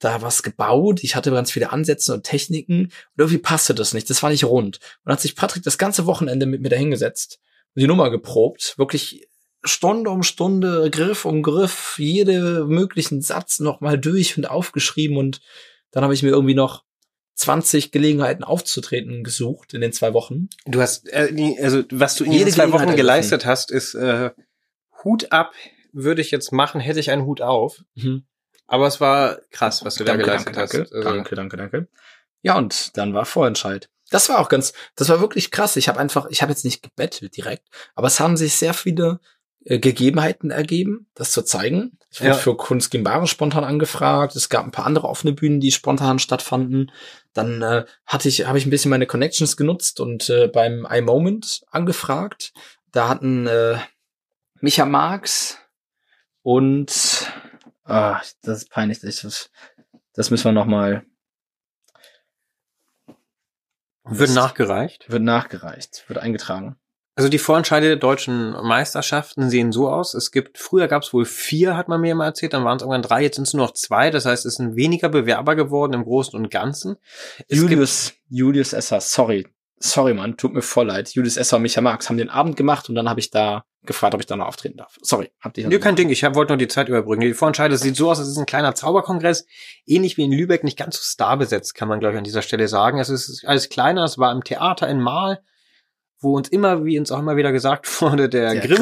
da was gebaut, ich hatte ganz viele Ansätze und Techniken und irgendwie passte das nicht, das war nicht rund. Und hat sich Patrick das ganze Wochenende mit mir dahingesetzt und die Nummer geprobt, wirklich Stunde um Stunde, Griff um Griff, jede möglichen Satz nochmal durch und aufgeschrieben und dann habe ich mir irgendwie noch 20 Gelegenheiten aufzutreten gesucht in den zwei Wochen. Du hast, äh, die- also was du in Jede diesen zwei Gelegenheit Wochen ergriffen. geleistet hast, ist äh, Hut ab würde ich jetzt machen, hätte ich einen Hut auf. Aber es war krass, was du da geleistet Mhm. danke, hast. Also, danke, danke, danke. Ja, und dann war Vorentscheid. Das war auch ganz, das war wirklich krass. Ich habe einfach, ich habe jetzt nicht gebettelt direkt, aber es haben sich sehr viele äh, Gegebenheiten ergeben, das zu zeigen. Ich wurde Ja. für Kunst gegen Ware spontan angefragt. Es gab ein paar andere offene Bühnen, die spontan stattfanden. Dann äh, hatte ich, habe ich ein bisschen meine Connections genutzt und äh, beim iMoment angefragt. Da hatten äh, Micha Marx und ah, das ist peinlich, das, ist- das müssen wir nochmal. Wird nachgereicht. Wird nachgereicht, wird eingetragen. Also die Vorentscheide der deutschen Meisterschaften sehen so aus. Es gibt, früher gab es wohl vier, hat man mir immer erzählt, dann waren es irgendwann drei, jetzt sind es nur noch zwei. Das heißt, es sind weniger Bewerber geworden im Großen und Ganzen. Es gibt, Julius, Julius Esser, sorry. Sorry, Mann, tut mir voll leid. Julius Esser und Micha Marx haben den Abend gemacht und dann habe ich da gefragt, ob ich da noch auftreten darf. Sorry, habt ihr Nö, kein Ding, ich hab- wollte nur die Zeit überbrücken. Die Vorentscheide, es sieht so aus, es ist ein kleiner Zauberkongress, ähnlich wie in Lübeck, nicht ganz so starbesetzt, kann man, glaube ich, an dieser Stelle sagen. Es ist alles kleiner, es war im Theater in Mahl, wo uns immer, wie uns auch immer wieder gesagt wurde, der, Der Grimme-Preis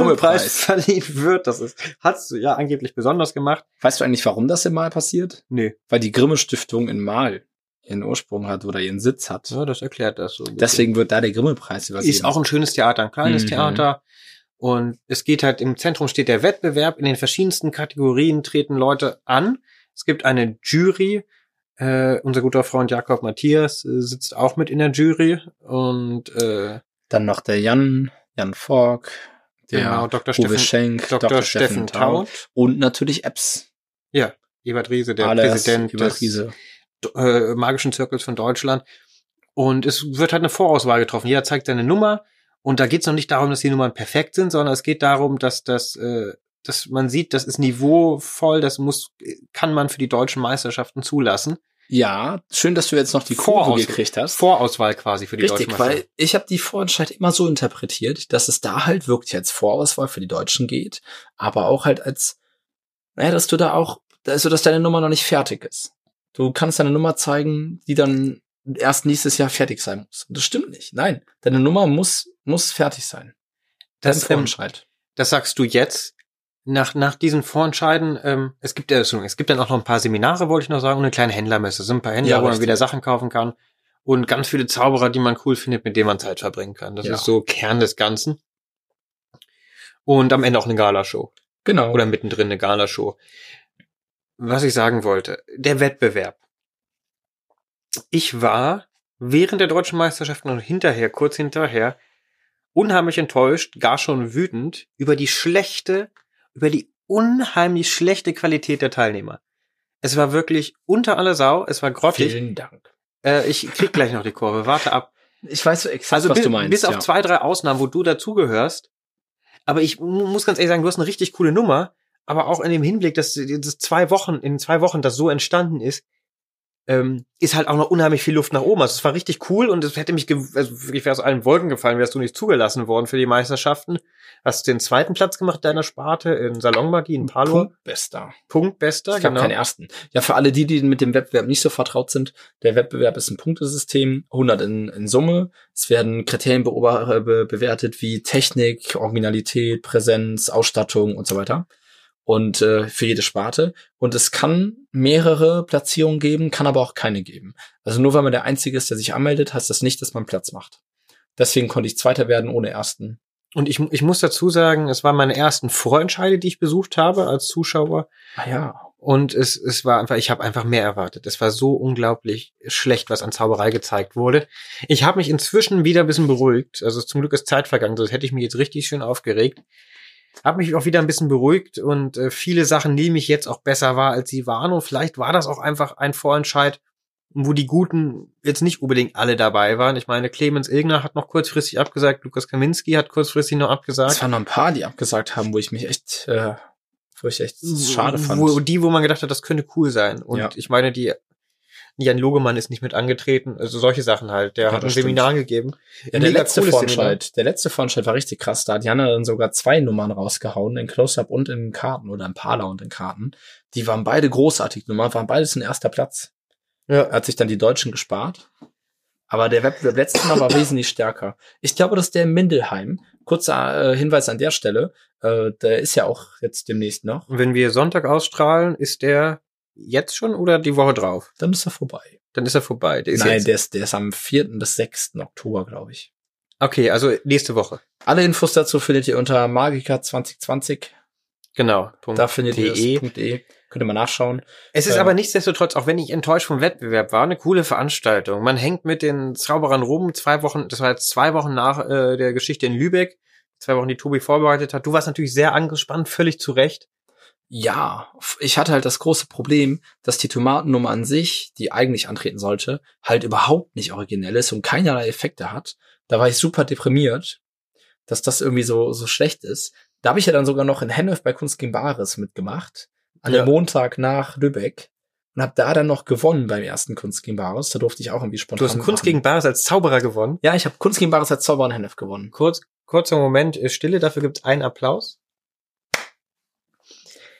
Grimme-Preis. verliehen wird. Das ist, hat's ja angeblich besonders gemacht. Weißt du eigentlich, warum das im Mal passiert? Nö, Weil die Grimme Stiftung in Mal ihren Ursprung hat oder ihren Sitz hat. Ja, das erklärt das so. ein bisschen. Deswegen wird da der Grimme Preis übergeben. ist auch ein schönes Theater, ein kleines Mhm. Theater. Und es geht halt im Zentrum steht der Wettbewerb. In den verschiedensten Kategorien treten Leute an. Es gibt eine Jury. Äh, unser guter Freund Jakob Matthias äh, sitzt auch mit in der Jury und äh, Dann noch der Jan, Jan Fork, der genau, Dr. Uwe Steffen, Schenk, Dr. Steffen Taut, und natürlich Apps. Ebert Riese, der Alles Präsident über des Riese. äh, magischen Zirkels von Deutschland. Und es wird halt eine Vorauswahl getroffen. Jeder zeigt seine Nummer. Und da geht es noch nicht darum, dass die Nummern perfekt sind, sondern es geht darum, dass das, äh, dass man sieht, das ist niveauvoll, das muss, kann man für die deutschen Meisterschaften zulassen. Ja, schön, dass du jetzt noch die Voraus- Kurve gekriegt hast. Vorauswahl quasi für die Richtig, deutschen Meisterschaften. weil ich habe die Vorentscheid immer so interpretiert, dass es da halt wirklich als Vorauswahl für die Deutschen geht, aber auch halt als, naja, dass du da auch, also dass deine Nummer noch nicht fertig ist. Du kannst deine Nummer zeigen, die dann erst nächstes Jahr fertig sein muss. Und das stimmt nicht. Nein, deine Nummer muss, muss fertig sein. Das, ähm, Vorentscheid. das sagst du jetzt. Nach, nach diesen Vorentscheiden, ähm, es gibt ja, Entschuldigung, es gibt dann auch noch ein paar Seminare, wollte ich noch sagen, und eine kleine Händlermesse. Es sind ein paar Händler, Ja, wo man richtig. wieder Sachen kaufen kann. Und ganz viele Zauberer, die man cool findet, mit denen man Zeit verbringen kann. Das Ja. ist so Kern des Ganzen. Und am Ende auch eine Galashow. Genau. Oder mittendrin eine Galashow. Was ich sagen wollte, der Wettbewerb. Ich war während der deutschen Meisterschaften und hinterher, kurz hinterher, unheimlich enttäuscht, gar schon wütend über die schlechte, über die unheimlich schlechte Qualität der Teilnehmer. Es war wirklich unter alle Sau, es war grottig. Vielen Dank. Äh, ich krieg gleich noch die Kurve, warte ab. Ich weiß so exakt, Also was bis, du meinst. bis auf ja. zwei, drei Ausnahmen, wo du dazugehörst. Aber ich mu- muss ganz ehrlich sagen, du hast eine richtig coole Nummer, Aber auch in dem Hinblick, dass dieses zwei Wochen, in zwei Wochen das so entstanden ist, ähm, ist halt auch noch unheimlich viel Luft nach oben. Also es war richtig cool und es hätte mich, ge- also wirklich wäre aus allen Wolken gefallen, wärst du nicht zugelassen worden für die Meisterschaften. Hast den zweiten Platz gemacht in deiner Sparte in Salonmagie in Palo. genau. Bester. Punktbester, Es gab keinen ersten. Ja, für alle die, die mit dem Wettbewerb nicht so vertraut sind, der Wettbewerb ist ein Punktesystem, 100 in, in Summe. Es werden Kriterien beobacht- äh, be bewertet wie Technik, Originalität, Präsenz, Ausstattung und so weiter. Und äh, für jede Sparte. Und es kann mehrere Platzierungen geben, kann aber auch keine geben. Also nur weil man der Einzige ist, der sich anmeldet, heißt das nicht, dass man Platz macht. Deswegen konnte ich Zweiter werden ohne Ersten. Und ich, ich muss dazu sagen, es waren meine ersten Vorentscheide, die ich besucht habe als Zuschauer. Ah ja. Und es, es war einfach, ich habe einfach mehr erwartet. Es war so unglaublich schlecht, was an Zauberei gezeigt wurde. Ich habe mich inzwischen wieder ein bisschen beruhigt. Also zum Glück ist Zeit vergangen, sonst hätte ich mich jetzt richtig schön aufgeregt. Habe mich auch wieder ein bisschen beruhigt und äh, viele Sachen nehmen mich jetzt auch besser wahr, als sie waren. Und vielleicht war das auch einfach ein Vorentscheid, wo die Guten jetzt nicht unbedingt alle dabei waren. Ich meine, Clemens Ilgner hat noch kurzfristig abgesagt, Lukas Kaminski hat kurzfristig noch abgesagt. Es waren noch ein paar, die abgesagt haben, wo ich mich echt, äh, wo ich echt schade fand. Wo, die, wo man gedacht hat, das könnte cool sein. Und Ja. ich meine, die Jan Logemann ist nicht mit angetreten. Also solche Sachen halt. Der Ja, hat ein das Seminar gegeben. Ja, der Mega letzte cooles Vorentscheid, der letzte Vorentscheid war richtig krass. Da hat Jana dann sogar zwei Nummern rausgehauen, in Close-Up und in Karten oder in Parler und in Karten. Die waren beide großartig Nummern, waren beides in erster Platz. Seminar. Ja. Hat sich dann die Deutschen gespart. Aber der Wettbewerb letztes Mal war wesentlich stärker. Ich glaube, dass der in Mindelheim, kurzer äh, Hinweis an der Stelle, äh, der ist ja auch jetzt demnächst noch, Und wenn wir Sonntag ausstrahlen, ist der jetzt schon oder die Woche drauf? dann ist er vorbei. Dann ist er vorbei. Der ist Nein, jetzt. der ist, der ist am 4. bis 6. Oktober, glaube ich. okay, also nächste Woche. Alle Infos dazu findet ihr unter magica2020. Genau. Punkt. Da findet DE. ihr das .de. Könnt ihr mal nachschauen. Es ist Ähm. aber nichtsdestotrotz, auch wenn ich enttäuscht vom Wettbewerb war, eine coole Veranstaltung. Man hängt mit den Zauberern rum, zwei Wochen, das war jetzt zwei Wochen nach äh, der Geschichte in Lübeck, zwei Wochen, die Tobi vorbereitet hat. Du warst natürlich sehr angespannt, völlig zu Recht. Ja, ich hatte halt das große Problem, dass die Tomatennummer an sich, die eigentlich antreten sollte, halt überhaupt nicht originell ist und keinerlei Effekte hat. Da war ich super deprimiert, dass das irgendwie so, so schlecht ist. Da habe ich ja dann sogar noch in Hennef bei Kunst gegen Bares mitgemacht, an Ja. dem Montag nach Lübeck und habe da dann noch gewonnen beim ersten Kunst gegen Bares. Da durfte ich auch irgendwie spontan Du hast Kunst mitmachen. gegen Bares als Zauberer gewonnen. Ja, ich habe Kunst gegen Bares als Zauber in Hennef gewonnen. Kurz, kurzer Moment äh, Stille, dafür gibt's einen Applaus.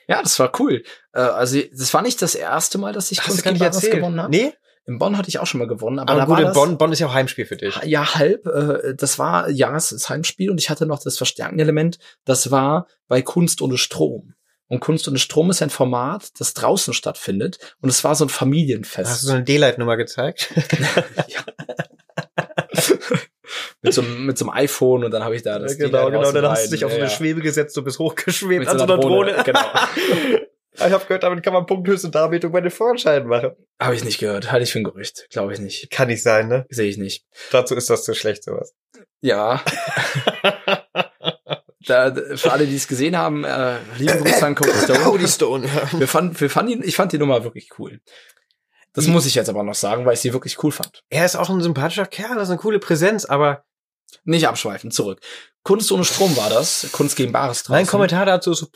Ja, das war cool. Äh, also das war nicht das erste Mal, dass ich Kunst gegen Bares gewonnen ne? habe. Nee, In Bonn hatte ich auch schon mal gewonnen, aber, aber, da gut, war in das, Ah, Bonn, Bonn ist ja auch Heimspiel für dich. Ja, halb. Äh, das war Jahresheimspiel und ich hatte noch das Verstärkenelement. Das war bei Kunst ohne Strom. Und Kunst ohne Strom ist ein Format, das draußen stattfindet. Und es war so ein Familienfest. Hast du so eine D-Light-Nummer gezeigt? mit, so, einem- mit so einem iPhone und dann habe ich da das halt Lied draußen Genau, Dann hast du rein. dich auf so Ja, eine ja. Schwebe gesetzt, du bist hochgeschwebt Mit so einer Drohne. Genau. ich habe gehört, damit kann man punkthöchste Darbietung bei den Vorentscheiden machen. Habe ich nicht gehört. Halte ich für ein Gerücht. Glaube ich nicht. Kann nicht sein, ne? Sehe ich nicht. Dazu ist das zu schlecht, sowas. Ja. da, für alle, die es gesehen haben, äh, lieben Grüße an Coco Stone. Stone. Wir fanden, wir fanden ihn, ich fand die Nummer wirklich cool. Das muss ich jetzt aber noch sagen, weil ich sie wirklich cool fand. er ist auch ein sympathischer Kerl, das ist eine coole Präsenz, aber Nicht abschweifen, zurück. Kunst ohne Strom war das. Kunst gegen Bares draußen. mein Kommentar dazu ist so.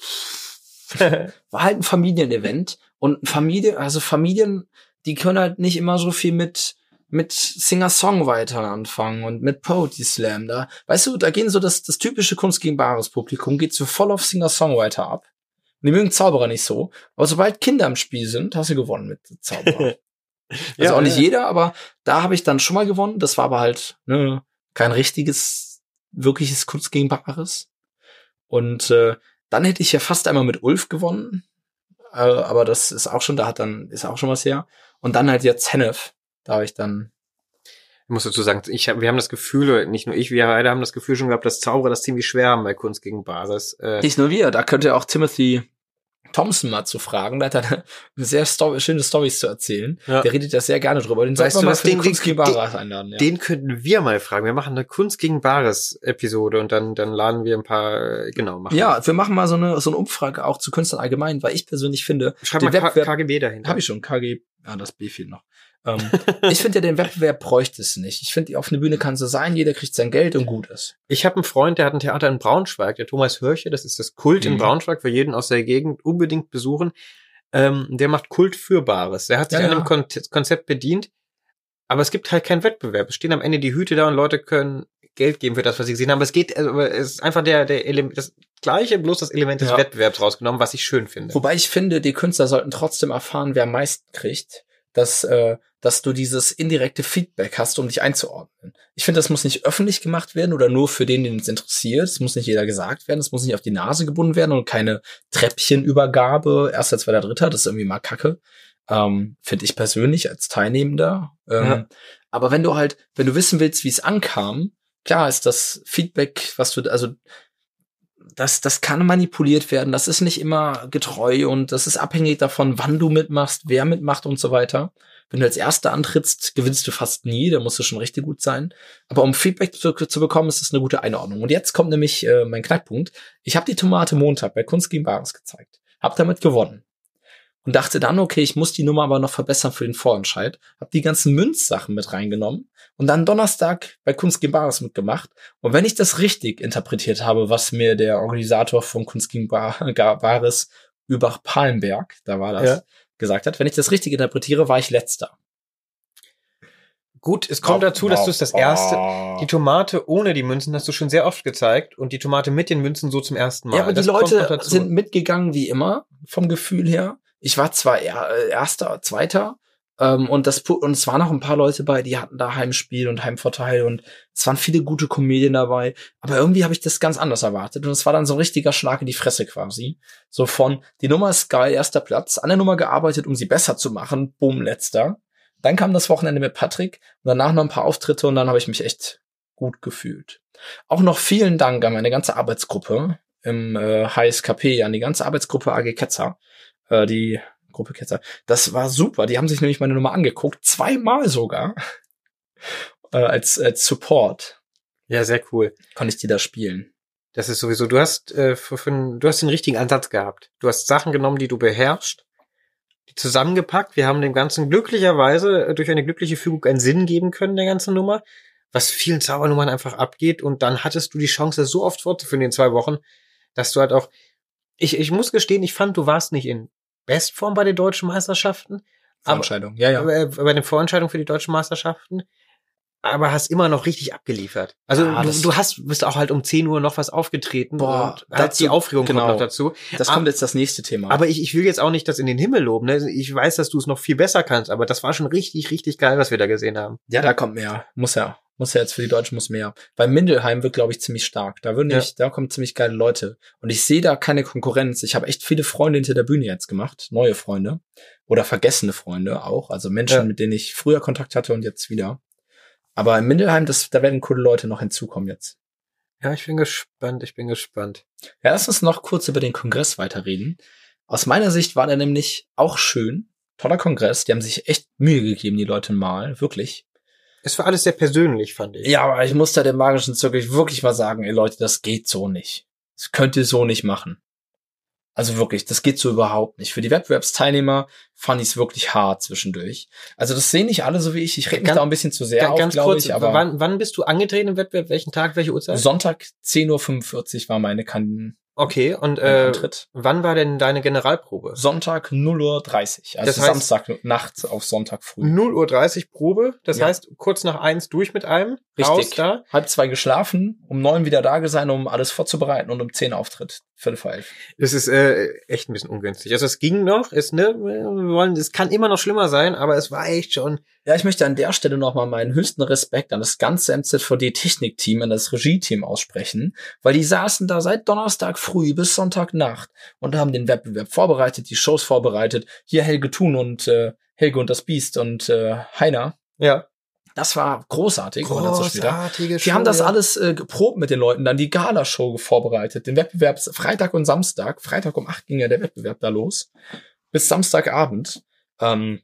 War halt ein Familienevent. Und Familie, also Familien, die können halt nicht immer so viel mit, mit Singer-Songwriter anfangen und mit Poetry Slam. Da, weißt du, da gehen so das, das typische Kunst gegen Bares Publikum, geht so voll auf Singer-Songwriter ab. Und die mögen Zauberer nicht so. Aber sobald Kinder im Spiel sind, hast du gewonnen mit Zauberer. Also auch nicht jeder, aber da habe ich dann schon mal gewonnen. Das war aber halt ne, kein richtiges, wirkliches Kunst gegen Bares. Und äh, dann hätte ich ja fast einmal mit Ulf gewonnen. Äh, aber das ist auch schon, da hat dann, ist auch schon was her. Und dann halt jetzt Hennef. Da habe ich dann. Ich muss dazu sagen, ich hab, wir haben das Gefühl, oder nicht nur ich, wir beide haben das Gefühl schon gehabt, dass Zauberer das ziemlich schwer haben bei Kunst gegen Bares. Äh, Nicht nur wir, da könnte auch Timothy Thompson mal zu fragen. Da hat er eine sehr Story, schöne Stories zu erzählen. Ja. Der redet das sehr gerne drüber. Den Weißt sollten wir du mal was, für den, den- Kunst gegen den- Bares einladen. Ja. Den könnten wir mal fragen. Wir machen eine Kunst gegen Bares Episode und dann, dann laden wir ein paar, äh, genau, machen. Ja, wir machen mal so eine, so eine Umfrage auch zu Künstlern allgemein, weil ich persönlich finde, Schreib den mal K Wettbewerb- KGB dahinter. Habe ich schon, KG, ja, das B fehlt noch. Äh, Ähm, ich finde ja, den Wettbewerb bräuchte es nicht. Ich finde, auf einer Bühne kann so sein, jeder kriegt sein Geld und gut ist. Ich habe einen Freund, der hat ein Theater in Braunschweig, der Thomas Hörche, das ist das Kult in Mhm. Braunschweig, für jeden aus der Gegend unbedingt besuchen. Ähm, der macht Kult für Bares. Der hat sich Ja, an einem ja. Kon Konzept bedient, aber es gibt halt keinen Wettbewerb. Es stehen am Ende die Hüte da und Leute können Geld geben für das, was sie gesehen haben. Aber es geht, also, aber es ist einfach der, der Element, das gleiche, bloß das Element des Ja. Wettbewerbs rausgenommen, was ich schön finde. Wobei ich finde, die Künstler sollten trotzdem erfahren, wer am meisten kriegt, dass, äh, dass du dieses indirekte Feedback hast, um dich einzuordnen. Ich finde, das muss nicht öffentlich gemacht werden oder nur für den, den es interessiert. Es muss nicht jeder gesagt werden, es muss nicht auf die Nase gebunden werden und keine Treppchenübergabe, erster, zweiter, dritter, das ist irgendwie mal Kacke. Ähm, finde ich persönlich als Teilnehmender. Ähm, Ja. Aber wenn du halt, wenn du wissen willst, wie es ankam, klar ist das Feedback, was du, also das, das kann manipuliert werden, das ist nicht immer getreu und das ist abhängig davon, wann du mitmachst, wer mitmacht und so weiter. Wenn du als Erster antrittst, gewinnst du fast nie, da musst du schon richtig gut sein. Aber um Feedback zu, zu bekommen, ist das eine gute Einordnung. Und jetzt kommt nämlich äh, mein Knackpunkt. Ich habe die Tomate Montag bei Kunst gegen Bares gezeigt, habe damit gewonnen und dachte dann, okay, ich muss die Nummer aber noch verbessern für den Vorentscheid, habe die ganzen Münzsachen mit reingenommen und dann Donnerstag bei Kunst gegen Bares mitgemacht und wenn ich das richtig interpretiert habe, was mir der Organisator von Kunst gegen Bar Gar- Bares über Palenberg, da war das, Ja. gesagt hat, wenn ich das richtig interpretiere, war ich letzter. Gut, es kommt dazu, dass du es das erste, die Tomate ohne die Münzen hast du schon sehr oft gezeigt und die Tomate mit den Münzen so zum ersten Mal. Ja, aber die Das kommt noch Leute dazu. sind mitgegangen wie immer, vom Gefühl her. Ich war zwar er, äh, erster, zweiter, ähm, und das Pu- und es waren noch ein paar Leute bei, die hatten da Heimspiel und Heimvorteil und es waren viele gute Komedien dabei, aber irgendwie habe ich das ganz anders erwartet und es war dann so ein richtiger Schlag in die Fresse quasi. So von die Nummer ist geil, erster Platz, an der Nummer gearbeitet, um sie besser zu machen, boom, letzter. Dann kam das Wochenende mit Patrick und danach noch ein paar Auftritte und dann habe ich mich echt gut gefühlt. Auch noch vielen Dank an meine ganze Arbeitsgruppe im äh, HSKP, an die ganze Arbeitsgruppe AG Ketzer, äh, die Gruppe Ketzer. Das war super. Die haben sich nämlich meine Nummer angeguckt, zweimal sogar, äh, als, als Support Ja, sehr cool. konnte ich die da spielen. Das ist sowieso, du hast, äh, für, für, du hast den richtigen Ansatz gehabt. Du hast Sachen genommen, die du beherrschst, die zusammengepackt. Wir haben dem Ganzen glücklicherweise äh, durch eine glückliche Fügung einen Sinn geben können, der ganzen Nummer, was vielen Zaubernummern einfach abgeht. Und dann hattest du die Chance, das so oft fortzuführen in den zwei Wochen, dass du halt auch, ich, ich muss gestehen, ich fand, du warst nicht in Bestform bei den deutschen Meisterschaften. Aber- Entscheidung, ja, ja. Äh, bei den Vorentscheidungen für die deutschen Meisterschaften, aber hast immer noch richtig abgeliefert. Also Ah, du, das- du hast bist auch halt um 10 Uhr noch was aufgetreten Boah, und halt dazu- die Aufregung genau. kommt noch dazu. Das ah, kommt jetzt das nächste Thema. Aber ich, ich will jetzt auch nicht das in den Himmel loben. Ne? Ich weiß, dass du es noch viel besser kannst, aber das war schon richtig, richtig geil, was wir da gesehen haben. ja, da kommt mehr. Muss ja. Muss ja jetzt für die Deutschen muss mehr. Bei Mindelheim wird, glaube ich, ziemlich stark. Da würden Ja. ich, da kommen ziemlich geile Leute. Und ich sehe da keine Konkurrenz. Ich habe echt viele Freunde hinter der Bühne jetzt gemacht. Neue Freunde. Oder vergessene Freunde auch. Also Menschen, Ja. mit denen ich früher Kontakt hatte und jetzt wieder. Aber in Mindelheim, das, da werden coole Leute noch hinzukommen jetzt. Ja, ich bin gespannt, ich bin gespannt. Ja, lass uns noch kurz über den Kongress weiterreden. Aus meiner Sicht war der nämlich auch schön. Toller Kongress. Die haben sich echt Mühe gegeben, die Leute mal. Wirklich. Es war alles sehr persönlich, fand ich. Ja, aber ich muss da dem magischen Zirkel wirklich mal sagen, ey Leute, das geht so nicht. Das könnt ihr so nicht machen. Also wirklich, das geht so überhaupt nicht. Für die Wettbewerbsteilnehmer fand ich es wirklich hart zwischendurch. Also das sehen nicht alle so wie ich. Ich rede mich Ganz- da ein bisschen zu sehr Ga- auf, ganz glaube kurz, ich. Aber wann, wann bist du angetreten im Wettbewerb? Welchen Tag, welche Uhrzeit? Sonntag 10.45 Uhr war meine Kandidatin. okay, und Äh, äh, wann war denn deine Generalprobe? Sonntag 0.30 Uhr. Also Das heißt- Samstag Nacht auf Sonntag früh. 0.30 Uhr Probe, das Ja. heißt kurz nach eins durch mit einem, Richtig. raus da. Halb zwei geschlafen, um neun wieder da sein, um alles vorzubereiten und um zehn Auftritt. Viertel vor elf. Das ist äh, echt ein bisschen ungünstig. Also es ging noch, es, ne, wir wollen, es kann immer noch schlimmer sein, aber es war echt schon. Ja, ich möchte an der Stelle nochmal meinen höchsten Respekt an das ganze MZVD-Technikteam, an das Regie-Team aussprechen, weil die saßen da seit Donnerstag früh bis Sonntagnacht und haben den Wettbewerb vorbereitet, die Shows vorbereitet. Hier Helge Thun und äh, Helge und das Biest und äh, Heiner. Ja. Das war großartig. kommen wir dazu später. Show, Wir haben das ja. alles äh, geprobt mit den Leuten, dann die Galashow vorbereitet, den Wettbewerb Freitag und Samstag. Freitag um 8 ging ja der Wettbewerb da los. Bis Samstagabend. Ähm,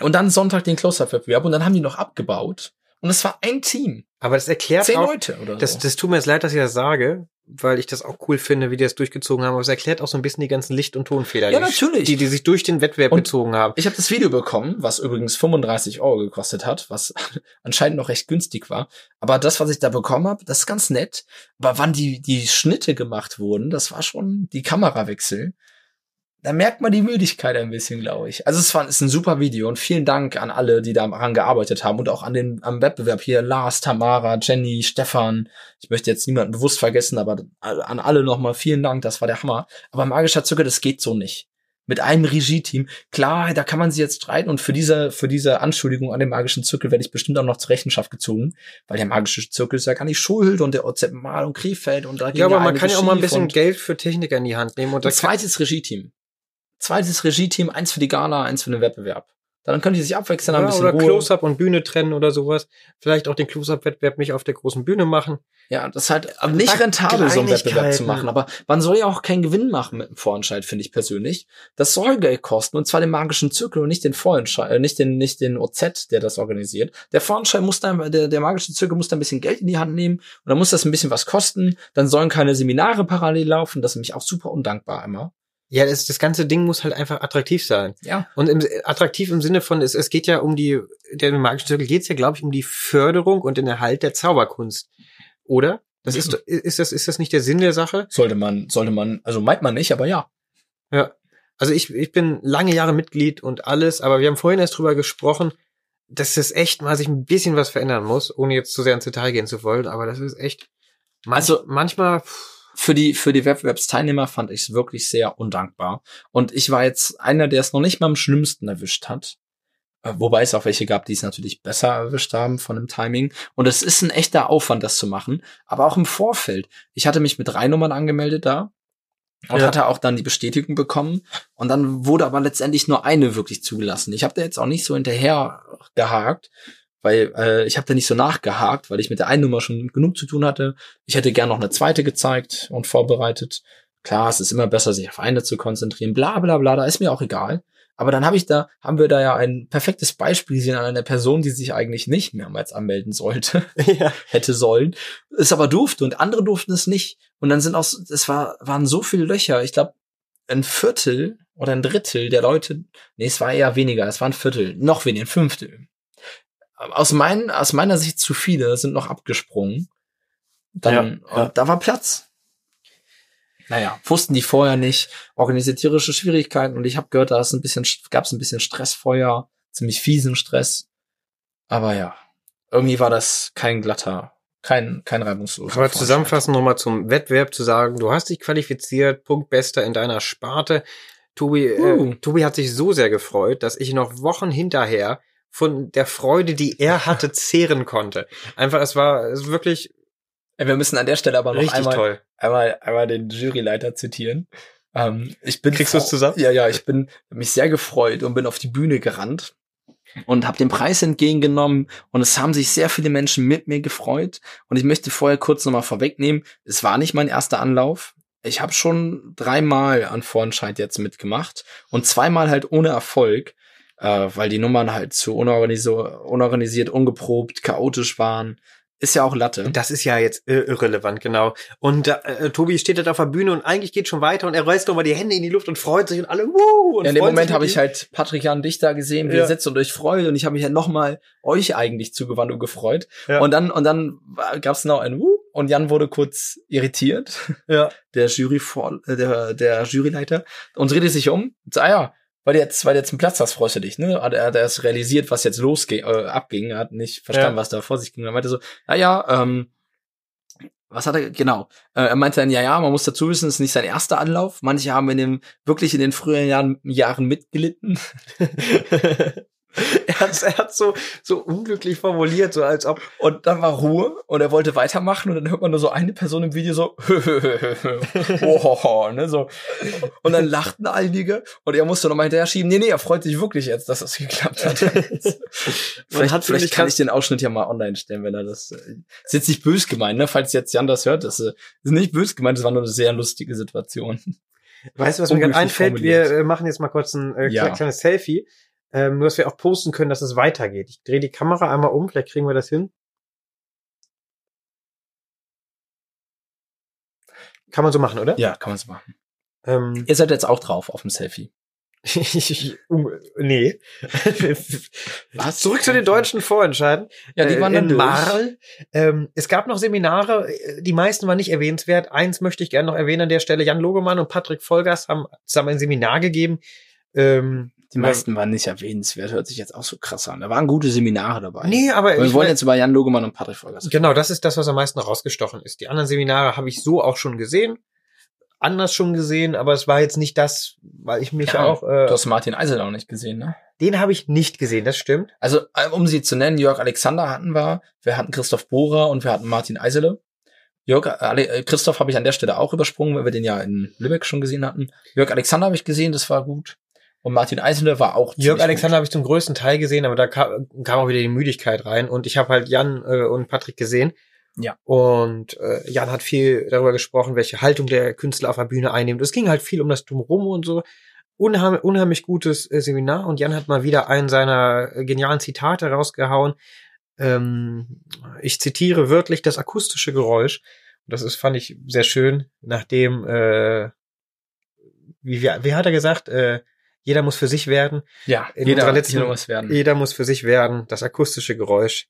und dann Sonntag den Close-Up-Wettbewerb und dann haben die noch abgebaut. Und es war ein Team. Aber das erklärt Zehn auch. Leute oder Das, so. das tut mir jetzt leid, dass ich das sage. weil ich das auch cool finde, wie die das durchgezogen haben. Aber es erklärt auch so ein bisschen die ganzen Licht- und Tonfehler, Ja, die- natürlich. die, die sich durch den Wettbewerb Und- gezogen haben. Ich habe das Video bekommen, was übrigens 35 Euro gekostet hat, was anscheinend noch recht günstig war. Aber das, was ich da bekommen habe, das ist ganz nett. Aber wann die, die Schnitte gemacht wurden, das war schon die Kamerawechsel. Da merkt man die Müdigkeit ein bisschen, glaube ich. Also es war ist ein super Video und vielen Dank an alle, die daran gearbeitet haben und auch an den am Wettbewerb hier Lars, Tamara, Jenny, Stefan. Ich möchte jetzt niemanden bewusst vergessen, aber an alle nochmal vielen Dank. Das war der Hammer. Aber magischer Zucker, das geht so nicht. Mit einem Regie-Team klar, da kann man sie jetzt streiten und für diese, für diese Anschuldigung an den magischen Zirkel werde ich bestimmt auch noch zur Rechenschaft gezogen, weil der magische Zirkel ist ja gar nicht schuld und der OZ Mal und Krefeld und da ging Ja, aber man eine kann ja auch mal ein schief bisschen und- Geld für Technik in die Hand nehmen und ein das zweites Regie-Team. Zweites Regie-Team, eins für die Gala, eins für den Wettbewerb. Dann können die sich abwechseln, haben ein ja, bisschen oder Ruhe. Close-up und Bühne trennen oder sowas. Vielleicht auch den Close-up-Wettbewerb nicht auf der großen Bühne machen. Ja, das ist halt nicht rentabel, so einen Wettbewerb zu Kleinigkeiten. machen. Aber man soll ja auch keinen Gewinn machen mit dem Vorentscheid, finde ich persönlich. Das soll Geld kosten und zwar den magischen Zirkel und nicht den Vorentscheid, äh, nicht den, nicht den OZ, der das organisiert. Der Vorentscheid muss dann, der, der magische Zirkel muss da ein bisschen Geld in die Hand nehmen und dann muss das ein bisschen was kosten. Dann sollen keine Seminare parallel laufen. Das ist nämlich auch super undankbar immer. Ja, das, das ganze Ding muss halt einfach attraktiv sein. Ja. Und im, attraktiv im Sinne von, es, es geht ja um die, der im magischen Zirkel geht es ja, glaube ich, um die Förderung und den Erhalt der Zauberkunst. Oder? Das ist, Mhm. ist, das, ist das nicht der Sinn der Sache? Sollte man, sollte man, also meint man nicht, aber ja. Also ich, ich bin lange Jahre Mitglied und alles, aber wir haben vorhin erst drüber gesprochen, dass es echt mal sich ein bisschen was verändern muss, ohne jetzt zu sehr ins Detail gehen zu wollen, aber das ist echt. Manch, Also- manchmal, pff, für die, für die Wettbewerbsteilnehmer fand ich es wirklich sehr undankbar. Und ich war jetzt einer, der es noch nicht mal am schlimmsten erwischt hat. Äh, Wobei es auch welche gab, die es natürlich besser erwischt haben von dem Timing. Und es ist ein echter Aufwand, das zu machen. Aber auch im Vorfeld. Ich hatte mich mit drei Nummern angemeldet da. Und Ja. hatte auch dann die Bestätigung bekommen. Und dann wurde aber letztendlich nur eine wirklich zugelassen. Ich habe da jetzt auch nicht so hinterher gehakt, weil äh, ich habe da nicht so nachgehakt, weil ich mit der einen Nummer schon genug zu tun hatte. Ich hätte gern noch eine zweite gezeigt und vorbereitet. Klar, es ist immer besser, sich auf eine zu konzentrieren. Bla bla bla, da ist mir auch egal. Aber dann habe ich da, haben wir da ja ein perfektes Beispiel gesehen an einer Person, die sich eigentlich nicht mehrmals anmelden sollte ja. hätte sollen, es aber durfte und andere durften es nicht. Und dann sind auch, so- es war, waren so viele Löcher. Ich glaube, ein Viertel oder ein Drittel der Leute, nee, es war eher weniger, es war ein Viertel, noch weniger, ein Fünftel. Ähm, Aus, mein, aus meiner Sicht zu viele sind noch abgesprungen. Dann, Ja, ja. Und da war Platz. Naja, wussten die vorher nicht, organisatorische Schwierigkeiten und ich habe gehört, da ist ein bisschen, gab es ein bisschen Stress vorher, ziemlich fiesen Stress. Aber ja, irgendwie war das kein glatter, kein, kein reibungsloser. Aber Vorschlag. zusammenfassend nochmal zum Wettbewerb zu sagen, du hast dich qualifiziert, Punktbester in deiner Sparte. Tobi, Uh. äh, Tobi hat sich so sehr gefreut, dass ich noch Wochen hinterher von der Freude, die er hatte, zehren konnte. Einfach, es war es war wirklich Ey, Wir müssen an der Stelle aber noch richtig einmal, toll. einmal, einmal den Juryleiter zitieren. Ähm, ich bin Kriegst du's froh- zusammen? Ja, ja, ich bin hab mich sehr gefreut und bin auf die Bühne gerannt und habe den Preis entgegengenommen und es haben sich sehr viele Menschen mit mir gefreut und ich möchte vorher kurz nochmal vorwegnehmen, es war nicht mein erster Anlauf. Ich habe schon dreimal an Vorentscheid jetzt mitgemacht und zweimal halt ohne Erfolg, äh, weil die Nummern halt zu unorganis unorganisiert, ungeprobt, chaotisch waren. Ist ja auch Latte. Das ist ja jetzt äh, irrelevant, genau. Und äh, Tobi steht halt auf der Bühne und eigentlich geht schon weiter und er reißt nochmal die Hände in die Luft und freut sich und alle, wuh! Und Ja, in dem freuen sich Moment mit habe ihm. ich halt Patrick Jan Dichter gesehen, wie Ja. er sitzt und euch freut und ich habe mich ja nochmal euch eigentlich zugewandt und gefreut. Ja. Und dann und dann gab es noch ein Wuh und Jan wurde kurz irritiert, Ja. der Jury vor, äh, der, der Juryleiter und drehte sich um. Und so, ah ja, weil du jetzt weil du jetzt einen Platz hast, freust du dich, ne? Hat er hat erst realisiert, was jetzt losging, äh, abging, er hat nicht verstanden, Ja. was da vor sich ging. Er meinte so, ah ja, ähm was hat er, genau. Äh, Er meinte dann, ja, ja, man muss dazu wissen, es ist nicht sein erster Anlauf. Manche haben in dem, wirklich in den früheren Jahren, Jahren mitgelitten. er hat er hat's so, so unglücklich formuliert, so als ob Und dann war Ruhe und er wollte weitermachen und dann hört man nur so eine Person im Video so, oh, ne, so. Und dann lachten einige und er musste nochmal hinterher schieben, nee, nee, er freut sich wirklich jetzt, dass das geklappt hat. vielleicht hat, finde vielleicht ich, kann ganz- ich den Ausschnitt ja mal online stellen, wenn er das, äh, ist jetzt nicht bös gemeint, ne, falls jetzt Jan das hört, das äh, ist nicht bös gemeint, das war nur eine sehr lustige Situation. Weißt du, was mir gerade unhöflich einfällt? formuliert. Wir äh, machen jetzt mal kurz ein äh, Ja. kle- kleines Selfie, ähm, nur dass wir auch posten können, dass es weitergeht. Ich drehe die Kamera einmal um, vielleicht kriegen wir das hin. Kann man so machen, oder? Ja, kann man so machen. Ähm, Ihr seid jetzt auch drauf auf dem Selfie. um, nee. Was? Zurück zu den deutschen Vorentscheiden. Ja, die waren äh, dann in durch. Marl. Ähm, es gab noch Seminare, äh, die meisten waren nicht erwähnenswert. Eins möchte ich gerne noch erwähnen an der Stelle. Jan Logemann und Patrick Vollgas haben zusammen ein Seminar gegeben. Ähm, Die meisten waren nicht erwähnenswert, hört sich jetzt auch so krass an. Da waren gute Seminare dabei. nee, aber Aber wir ich wollen mein- jetzt über Jan Logemann und Patrick Vollgas. Genau, das ist das, was am meisten rausgestochen ist. Die anderen Seminare habe ich so auch schon gesehen, anders schon gesehen, aber es war jetzt nicht das, weil ich mich Ja, auch. Äh, Du hast Martin Eisel auch nicht gesehen, ne? den habe ich nicht gesehen, das stimmt. Also, äh, um sie zu nennen, Jörg Alexander hatten wir, wir hatten Christoph Bohrer und wir hatten Martin Eisele. Jörg, äh, Ale- äh, Christoph habe ich an der Stelle auch übersprungen, weil wir den ja in Lübeck schon gesehen hatten. Jörg Alexander habe ich gesehen, das war gut. Und Martin Eisele war auch ziemlich Jörg gut. Alexander habe ich zum größten Teil gesehen, aber da kam, kam auch wieder die Müdigkeit rein und ich habe halt Jan äh, und Patrick gesehen. Ja. Und äh, Jan hat viel darüber gesprochen, welche Haltung der Künstler auf der Bühne einnimmt. Es ging halt viel um das Drumherum und so. Unheim, unheimlich gutes äh, Seminar und Jan hat mal wieder einen seiner äh, genialen Zitate rausgehauen. Ähm, ich zitiere wörtlich das akustische Geräusch. Und Das ist, fand ich sehr schön, nachdem, äh, wie, wie, wie hat er gesagt, äh, jeder muss für sich werden. Ja, in jeder, unserer letzten- E- jeder muss werden. Jeder muss für sich werden. Das akustische Geräusch.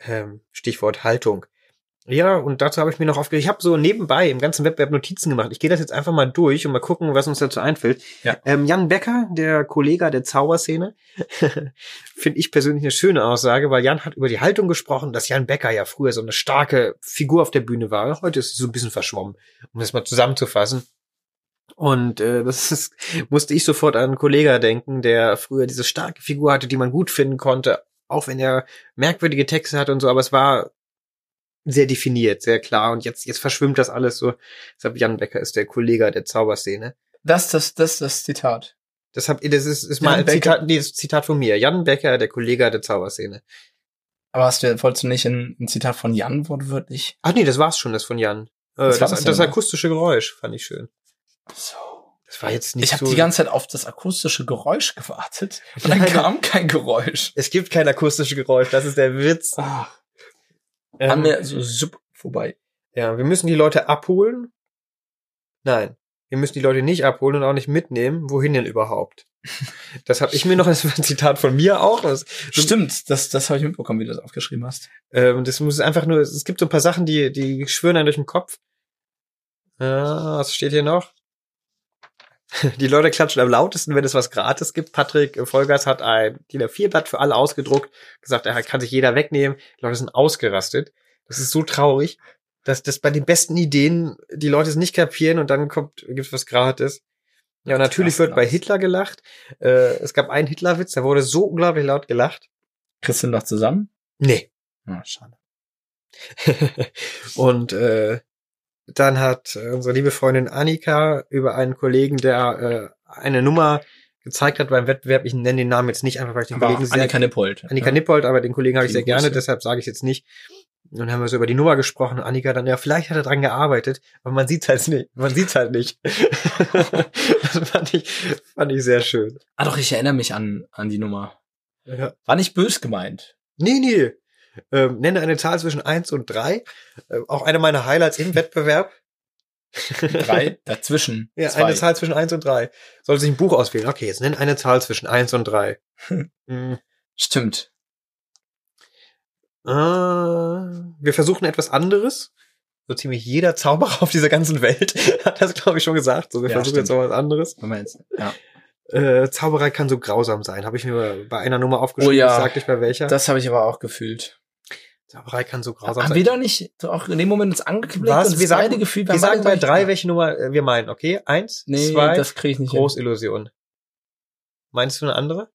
Ähm, Stichwort Haltung. Ja, und dazu habe ich mir noch aufgeregt. Ich habe so nebenbei im ganzen Wettbewerb Notizen gemacht. Ich gehe das jetzt einfach mal durch und mal gucken, was uns dazu einfällt. Ja. Ähm, Jan Becker, der Kollege der Zauberszene, finde ich persönlich eine schöne Aussage, weil Jan hat über die Haltung gesprochen, dass Jan Becker ja früher so eine starke Figur auf der Bühne war. Heute ist es so ein bisschen verschwommen, um das mal zusammenzufassen. Und äh, das ist, musste ich sofort an einen Kollegen denken, der früher diese starke Figur hatte, die man gut finden konnte, auch wenn er merkwürdige Texte hatte und so, aber es war sehr definiert, sehr klar und jetzt, jetzt verschwimmt das alles so. Deshalb Jan Becker ist der Kollege der Zauberszene. Das, das, das, das Zitat. Deshalb, das ist, ist Jan mal ein Becker. Zitat, nee, das ist ein Zitat von mir. Jan Becker, der Kollege der Zauberszene. Aber hast du, wolltest du nicht ein, ein Zitat von Jan wortwörtlich? Ach nee, das war's schon, das von Jan. Äh, Was das war das, das denn, ne? akustische Geräusch fand ich schön. So. Das war jetzt nicht Ich habe so. die ganze Zeit auf das akustische Geräusch gewartet und dann Nein. kam kein Geräusch. es gibt kein akustisches Geräusch, das ist der Witz. Ach, Ähm, an mir so sup, vorbei. Ja, wir müssen die Leute abholen. Nein, wir müssen die Leute nicht abholen und auch nicht mitnehmen. Wohin denn überhaupt? Das habe ich mir noch, das war ein Zitat von mir auch. Das, Stimmt, das, das habe ich mitbekommen, wie du das aufgeschrieben hast. ähm, das muss einfach nur, es gibt so ein paar Sachen, die, die schwören einen durch den Kopf. Ah, was steht hier noch? Die Leute klatschen am lautesten, wenn es was gratis gibt. Patrick äh, Vollgas hat ein DIN A4-Blatt für alle ausgedruckt, gesagt, er kann sich jeder wegnehmen. Die Leute sind ausgerastet. Das ist so traurig, dass das bei den besten Ideen die Leute es nicht kapieren und dann kommt, gibt's was gratis. Ja, und natürlich wird bei Hitler gelacht. Äh, es gab einen Hitlerwitz, da wurde so unglaublich laut gelacht. Kriegst du noch zusammen? Nee, Ah, schade. und äh, dann hat äh, unsere liebe Freundin Annika über einen Kollegen, der äh, eine Nummer gezeigt hat beim Wettbewerb. Ich nenne den Namen jetzt nicht einfach, weil ich den Aber Kollegen sehr Annika Nippold. Annika Nippold, aber den Kollegen habe ich Viele sehr gerne, Grüße. deshalb sage ich jetzt nicht. Und dann haben wir so über die Nummer gesprochen und Annika dann, ja, vielleicht hat er dran gearbeitet, aber man sieht's halt nicht. Man sieht's halt nicht. das fand ich, fand ich sehr schön. Ah doch, ich erinnere mich an, an die Nummer. Ja. War nicht bös gemeint. Nee, nee. Ähm, nenne eine Zahl zwischen 1 und 3. Ähm, auch eine meiner Highlights im Wettbewerb. Drei dazwischen. ja, zwei. eine Zahl zwischen 1 und 3. Soll sich ein Buch auswählen. Okay, jetzt nenn eine Zahl zwischen 1 und 3. Mhm. Stimmt. Äh, wir versuchen etwas anderes. So ziemlich jeder Zauberer auf dieser ganzen Welt hat das, glaube ich, schon gesagt. So, wir Ja, versuchen jetzt stimmt. mal was anderes. Wenn man jetzt, ja. Äh, Zauberei kann so grausam sein. Habe ich mir bei einer Nummer aufgeschrieben. Oh ja. Sag dich bei welcher. Das habe ich aber auch gefühlt. Zauberei kann so grausam Haben sein. wir doch nicht auch in dem Moment uns angeklickt halt Was? und Wir das sagen- beide gefühlt? Wir haben sagen beide bei gleich- drei, welche Nummer äh, wir meinen, okay? Eins, Nee, zwei, das kriege ich nicht hin. Großillusion. Meinst du eine andere?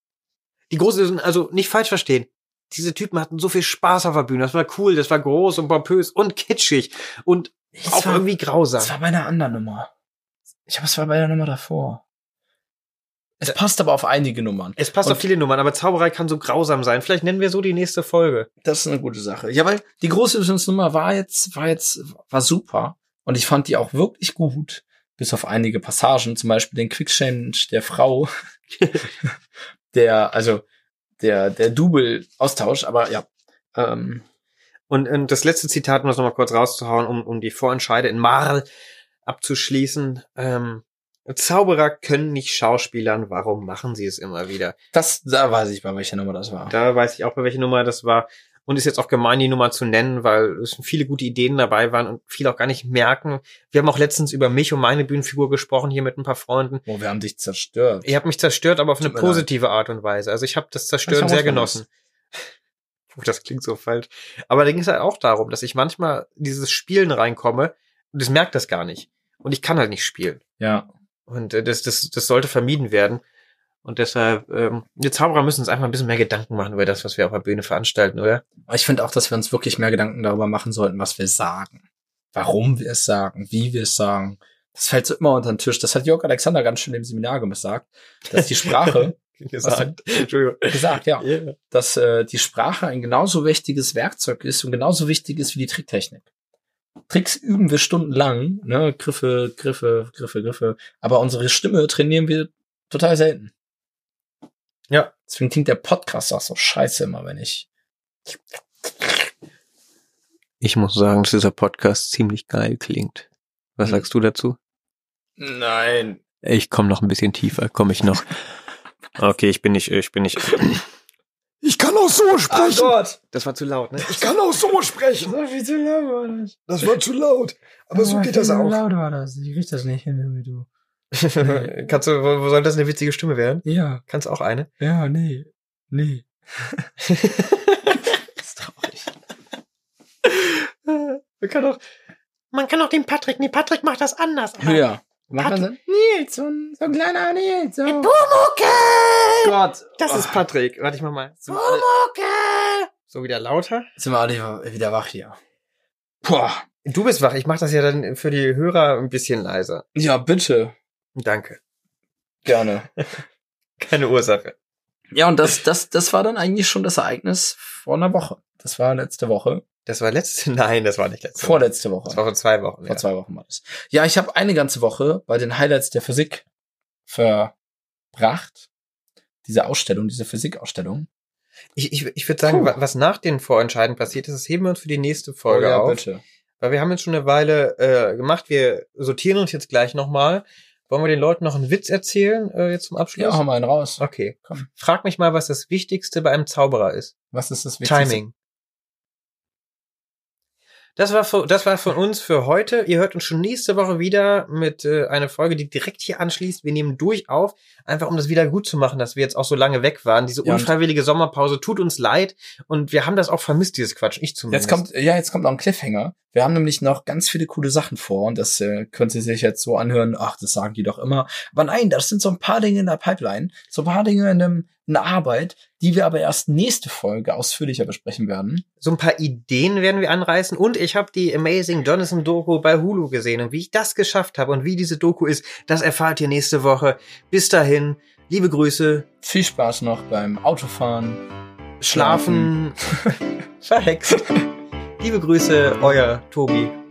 Die Großillusion, also nicht falsch verstehen. Diese Typen hatten so viel Spaß auf der Bühne. Das war cool, das war groß und pompös und kitschig und Es auch war- irgendwie grausam. Es war bei einer anderen Nummer. Ich habe es war bei der Nummer davor. Es passt aber auf einige Nummern. Es passt Und- auf viele Nummern, aber Zauberei kann so grausam sein. Vielleicht nennen wir so die nächste Folge. Das ist eine gute Sache. Ja, weil die große Nummer war jetzt, war jetzt, war super. Und ich fand die auch wirklich gut. Bis auf einige Passagen, zum Beispiel den Quickchange der Frau. der, also, der, der Double-Austausch, aber ja. Ähm, Und, ähm, das letzte Zitat, um das nochmal kurz rauszuhauen, um, um die Vorentscheide in Marl abzuschließen. Ähm, Zauberer können nicht Schauspielern, warum machen sie es immer wieder? Das, da weiß ich, bei welcher Nummer das war. Da weiß ich auch, bei welcher Nummer das war. Und ist jetzt auch gemein, die Nummer zu nennen, weil es viele gute Ideen dabei waren und viele auch gar nicht merken. Wir haben auch letztens über mich und meine Bühnenfigur gesprochen, hier mit ein paar Freunden. Oh, wir haben dich zerstört. Ich habe mich zerstört, aber auf eine Tut mir positive Art und Weise. Also ich habe das Zerstören Das war sehr was genossen. Puh, das klingt so falsch. Aber da ging es halt auch darum, dass ich manchmal dieses Spielen reinkomme und das merkt das gar nicht. Und ich kann halt nicht spielen. Ja. Und äh, das, das, das sollte vermieden werden. Und deshalb, ähm, wir Zauberer müssen uns einfach ein bisschen mehr Gedanken machen über das, was wir auf der Bühne veranstalten, oder? Aber ich finde auch, dass wir uns wirklich mehr Gedanken darüber machen sollten, was wir sagen. Warum wir es sagen, wie wir es sagen. Das fällt so immer unter den Tisch. Das hat Jörg Alexander ganz schön im Seminar gesagt, dass die Sprache, Gesagt. Entschuldigung. gesagt, ja, Ja. dass äh, die Sprache ein genauso wichtiges Werkzeug ist und genauso wichtig ist wie die Tricktechnik. Tricks üben wir stundenlang, ne, Griffe, Griffe, Griffe, Griffe, aber unsere Stimme trainieren wir total selten. Ja. Deswegen klingt der Podcast auch so scheiße immer, wenn ich. Ich muss sagen, dass dieser Podcast ziemlich geil klingt. Was sagst du dazu? Nein. Ich komme noch ein bisschen tiefer, komme ich noch. Okay, ich bin nicht, ich bin nicht. Ich kann auch so Oh sprechen. Gott! Das war zu laut, ne? Ich kann auch so sprechen. Wie zu laut war das? Das war zu laut. Aber so geht das auch. laut war das. Ich krieg das nicht hin, wie du. Kannst du, wo, wo soll das eine witzige Stimme werden? Ja, Kannst auch eine? ja, nee. Nee. das ist traurig. Man kann auch, man kann auch den Patrick, nee, Patrick macht das anders. Julia, mach Hat- das Sinn? Nils, so ein, so ein kleiner Nils. So. Gott. Oh. Das ist Patrick. Warte, ich mach mal. Sind wir, alle, So wieder lauter. sind wir alle wieder wach hier. Boah. Du bist wach. Ich mach das ja dann für die Hörer ein bisschen leiser. Ja, bitte. Danke. Gerne. Keine Ursache. Ja, und das, das, das war dann eigentlich schon das Ereignis vor einer Woche. Das war letzte Woche. Das war letzte, nein, das war nicht letzte. Woche. Vorletzte Woche. Das war vor zwei Wochen. Vor zwei Wochen war das. Ja, ich habe eine ganze Woche bei den Highlights der Physik verbracht. Diese Ausstellung, diese Physikausstellung. Ich, ich, ich würde sagen, Puh. wa- was nach den Vorentscheiden passiert ist, das heben wir uns für die nächste Folge auf. Oh bitte. Weil wir haben jetzt schon eine Weile äh, gemacht. Wir sortieren uns jetzt gleich nochmal. Wollen wir den Leuten noch einen Witz erzählen, äh, jetzt zum Abschluss? Ja, hau mal einen raus. Okay. Komm. Frag mich mal, was das Wichtigste bei einem Zauberer ist. Was ist das Timing. Das war, für, das war von uns für heute. Ihr hört uns schon nächste Woche wieder mit äh, einer Folge, die direkt hier anschließt. Wir nehmen durch auf, einfach um das wieder gut zu machen, dass wir jetzt auch so lange weg waren. Diese Ja, und- unfreiwillige Sommerpause tut uns leid und wir haben das auch vermisst, dieses Quatsch. Ich zumindest. Jetzt kommt, ja, jetzt kommt noch ein Cliffhanger. Wir haben nämlich noch ganz viele coole Sachen vor und das äh, könnt ihr sich jetzt so anhören. Ach, das sagen die doch immer. Aber nein, das sind so ein paar Dinge in der Pipeline, so ein paar Dinge in, dem, in der Arbeit, die wir aber erst nächste Folge ausführlicher besprechen werden. so ein paar Ideen werden wir anreißen und ich habe die Amazing Donison Doku bei Hulu gesehen und wie ich das geschafft habe und wie diese Doku ist, das erfahrt ihr nächste Woche. Bis dahin, liebe Grüße, Viel Spaß noch beim Autofahren. Ähm. schlafen, verhext. Liebe Grüße, euer Tobi.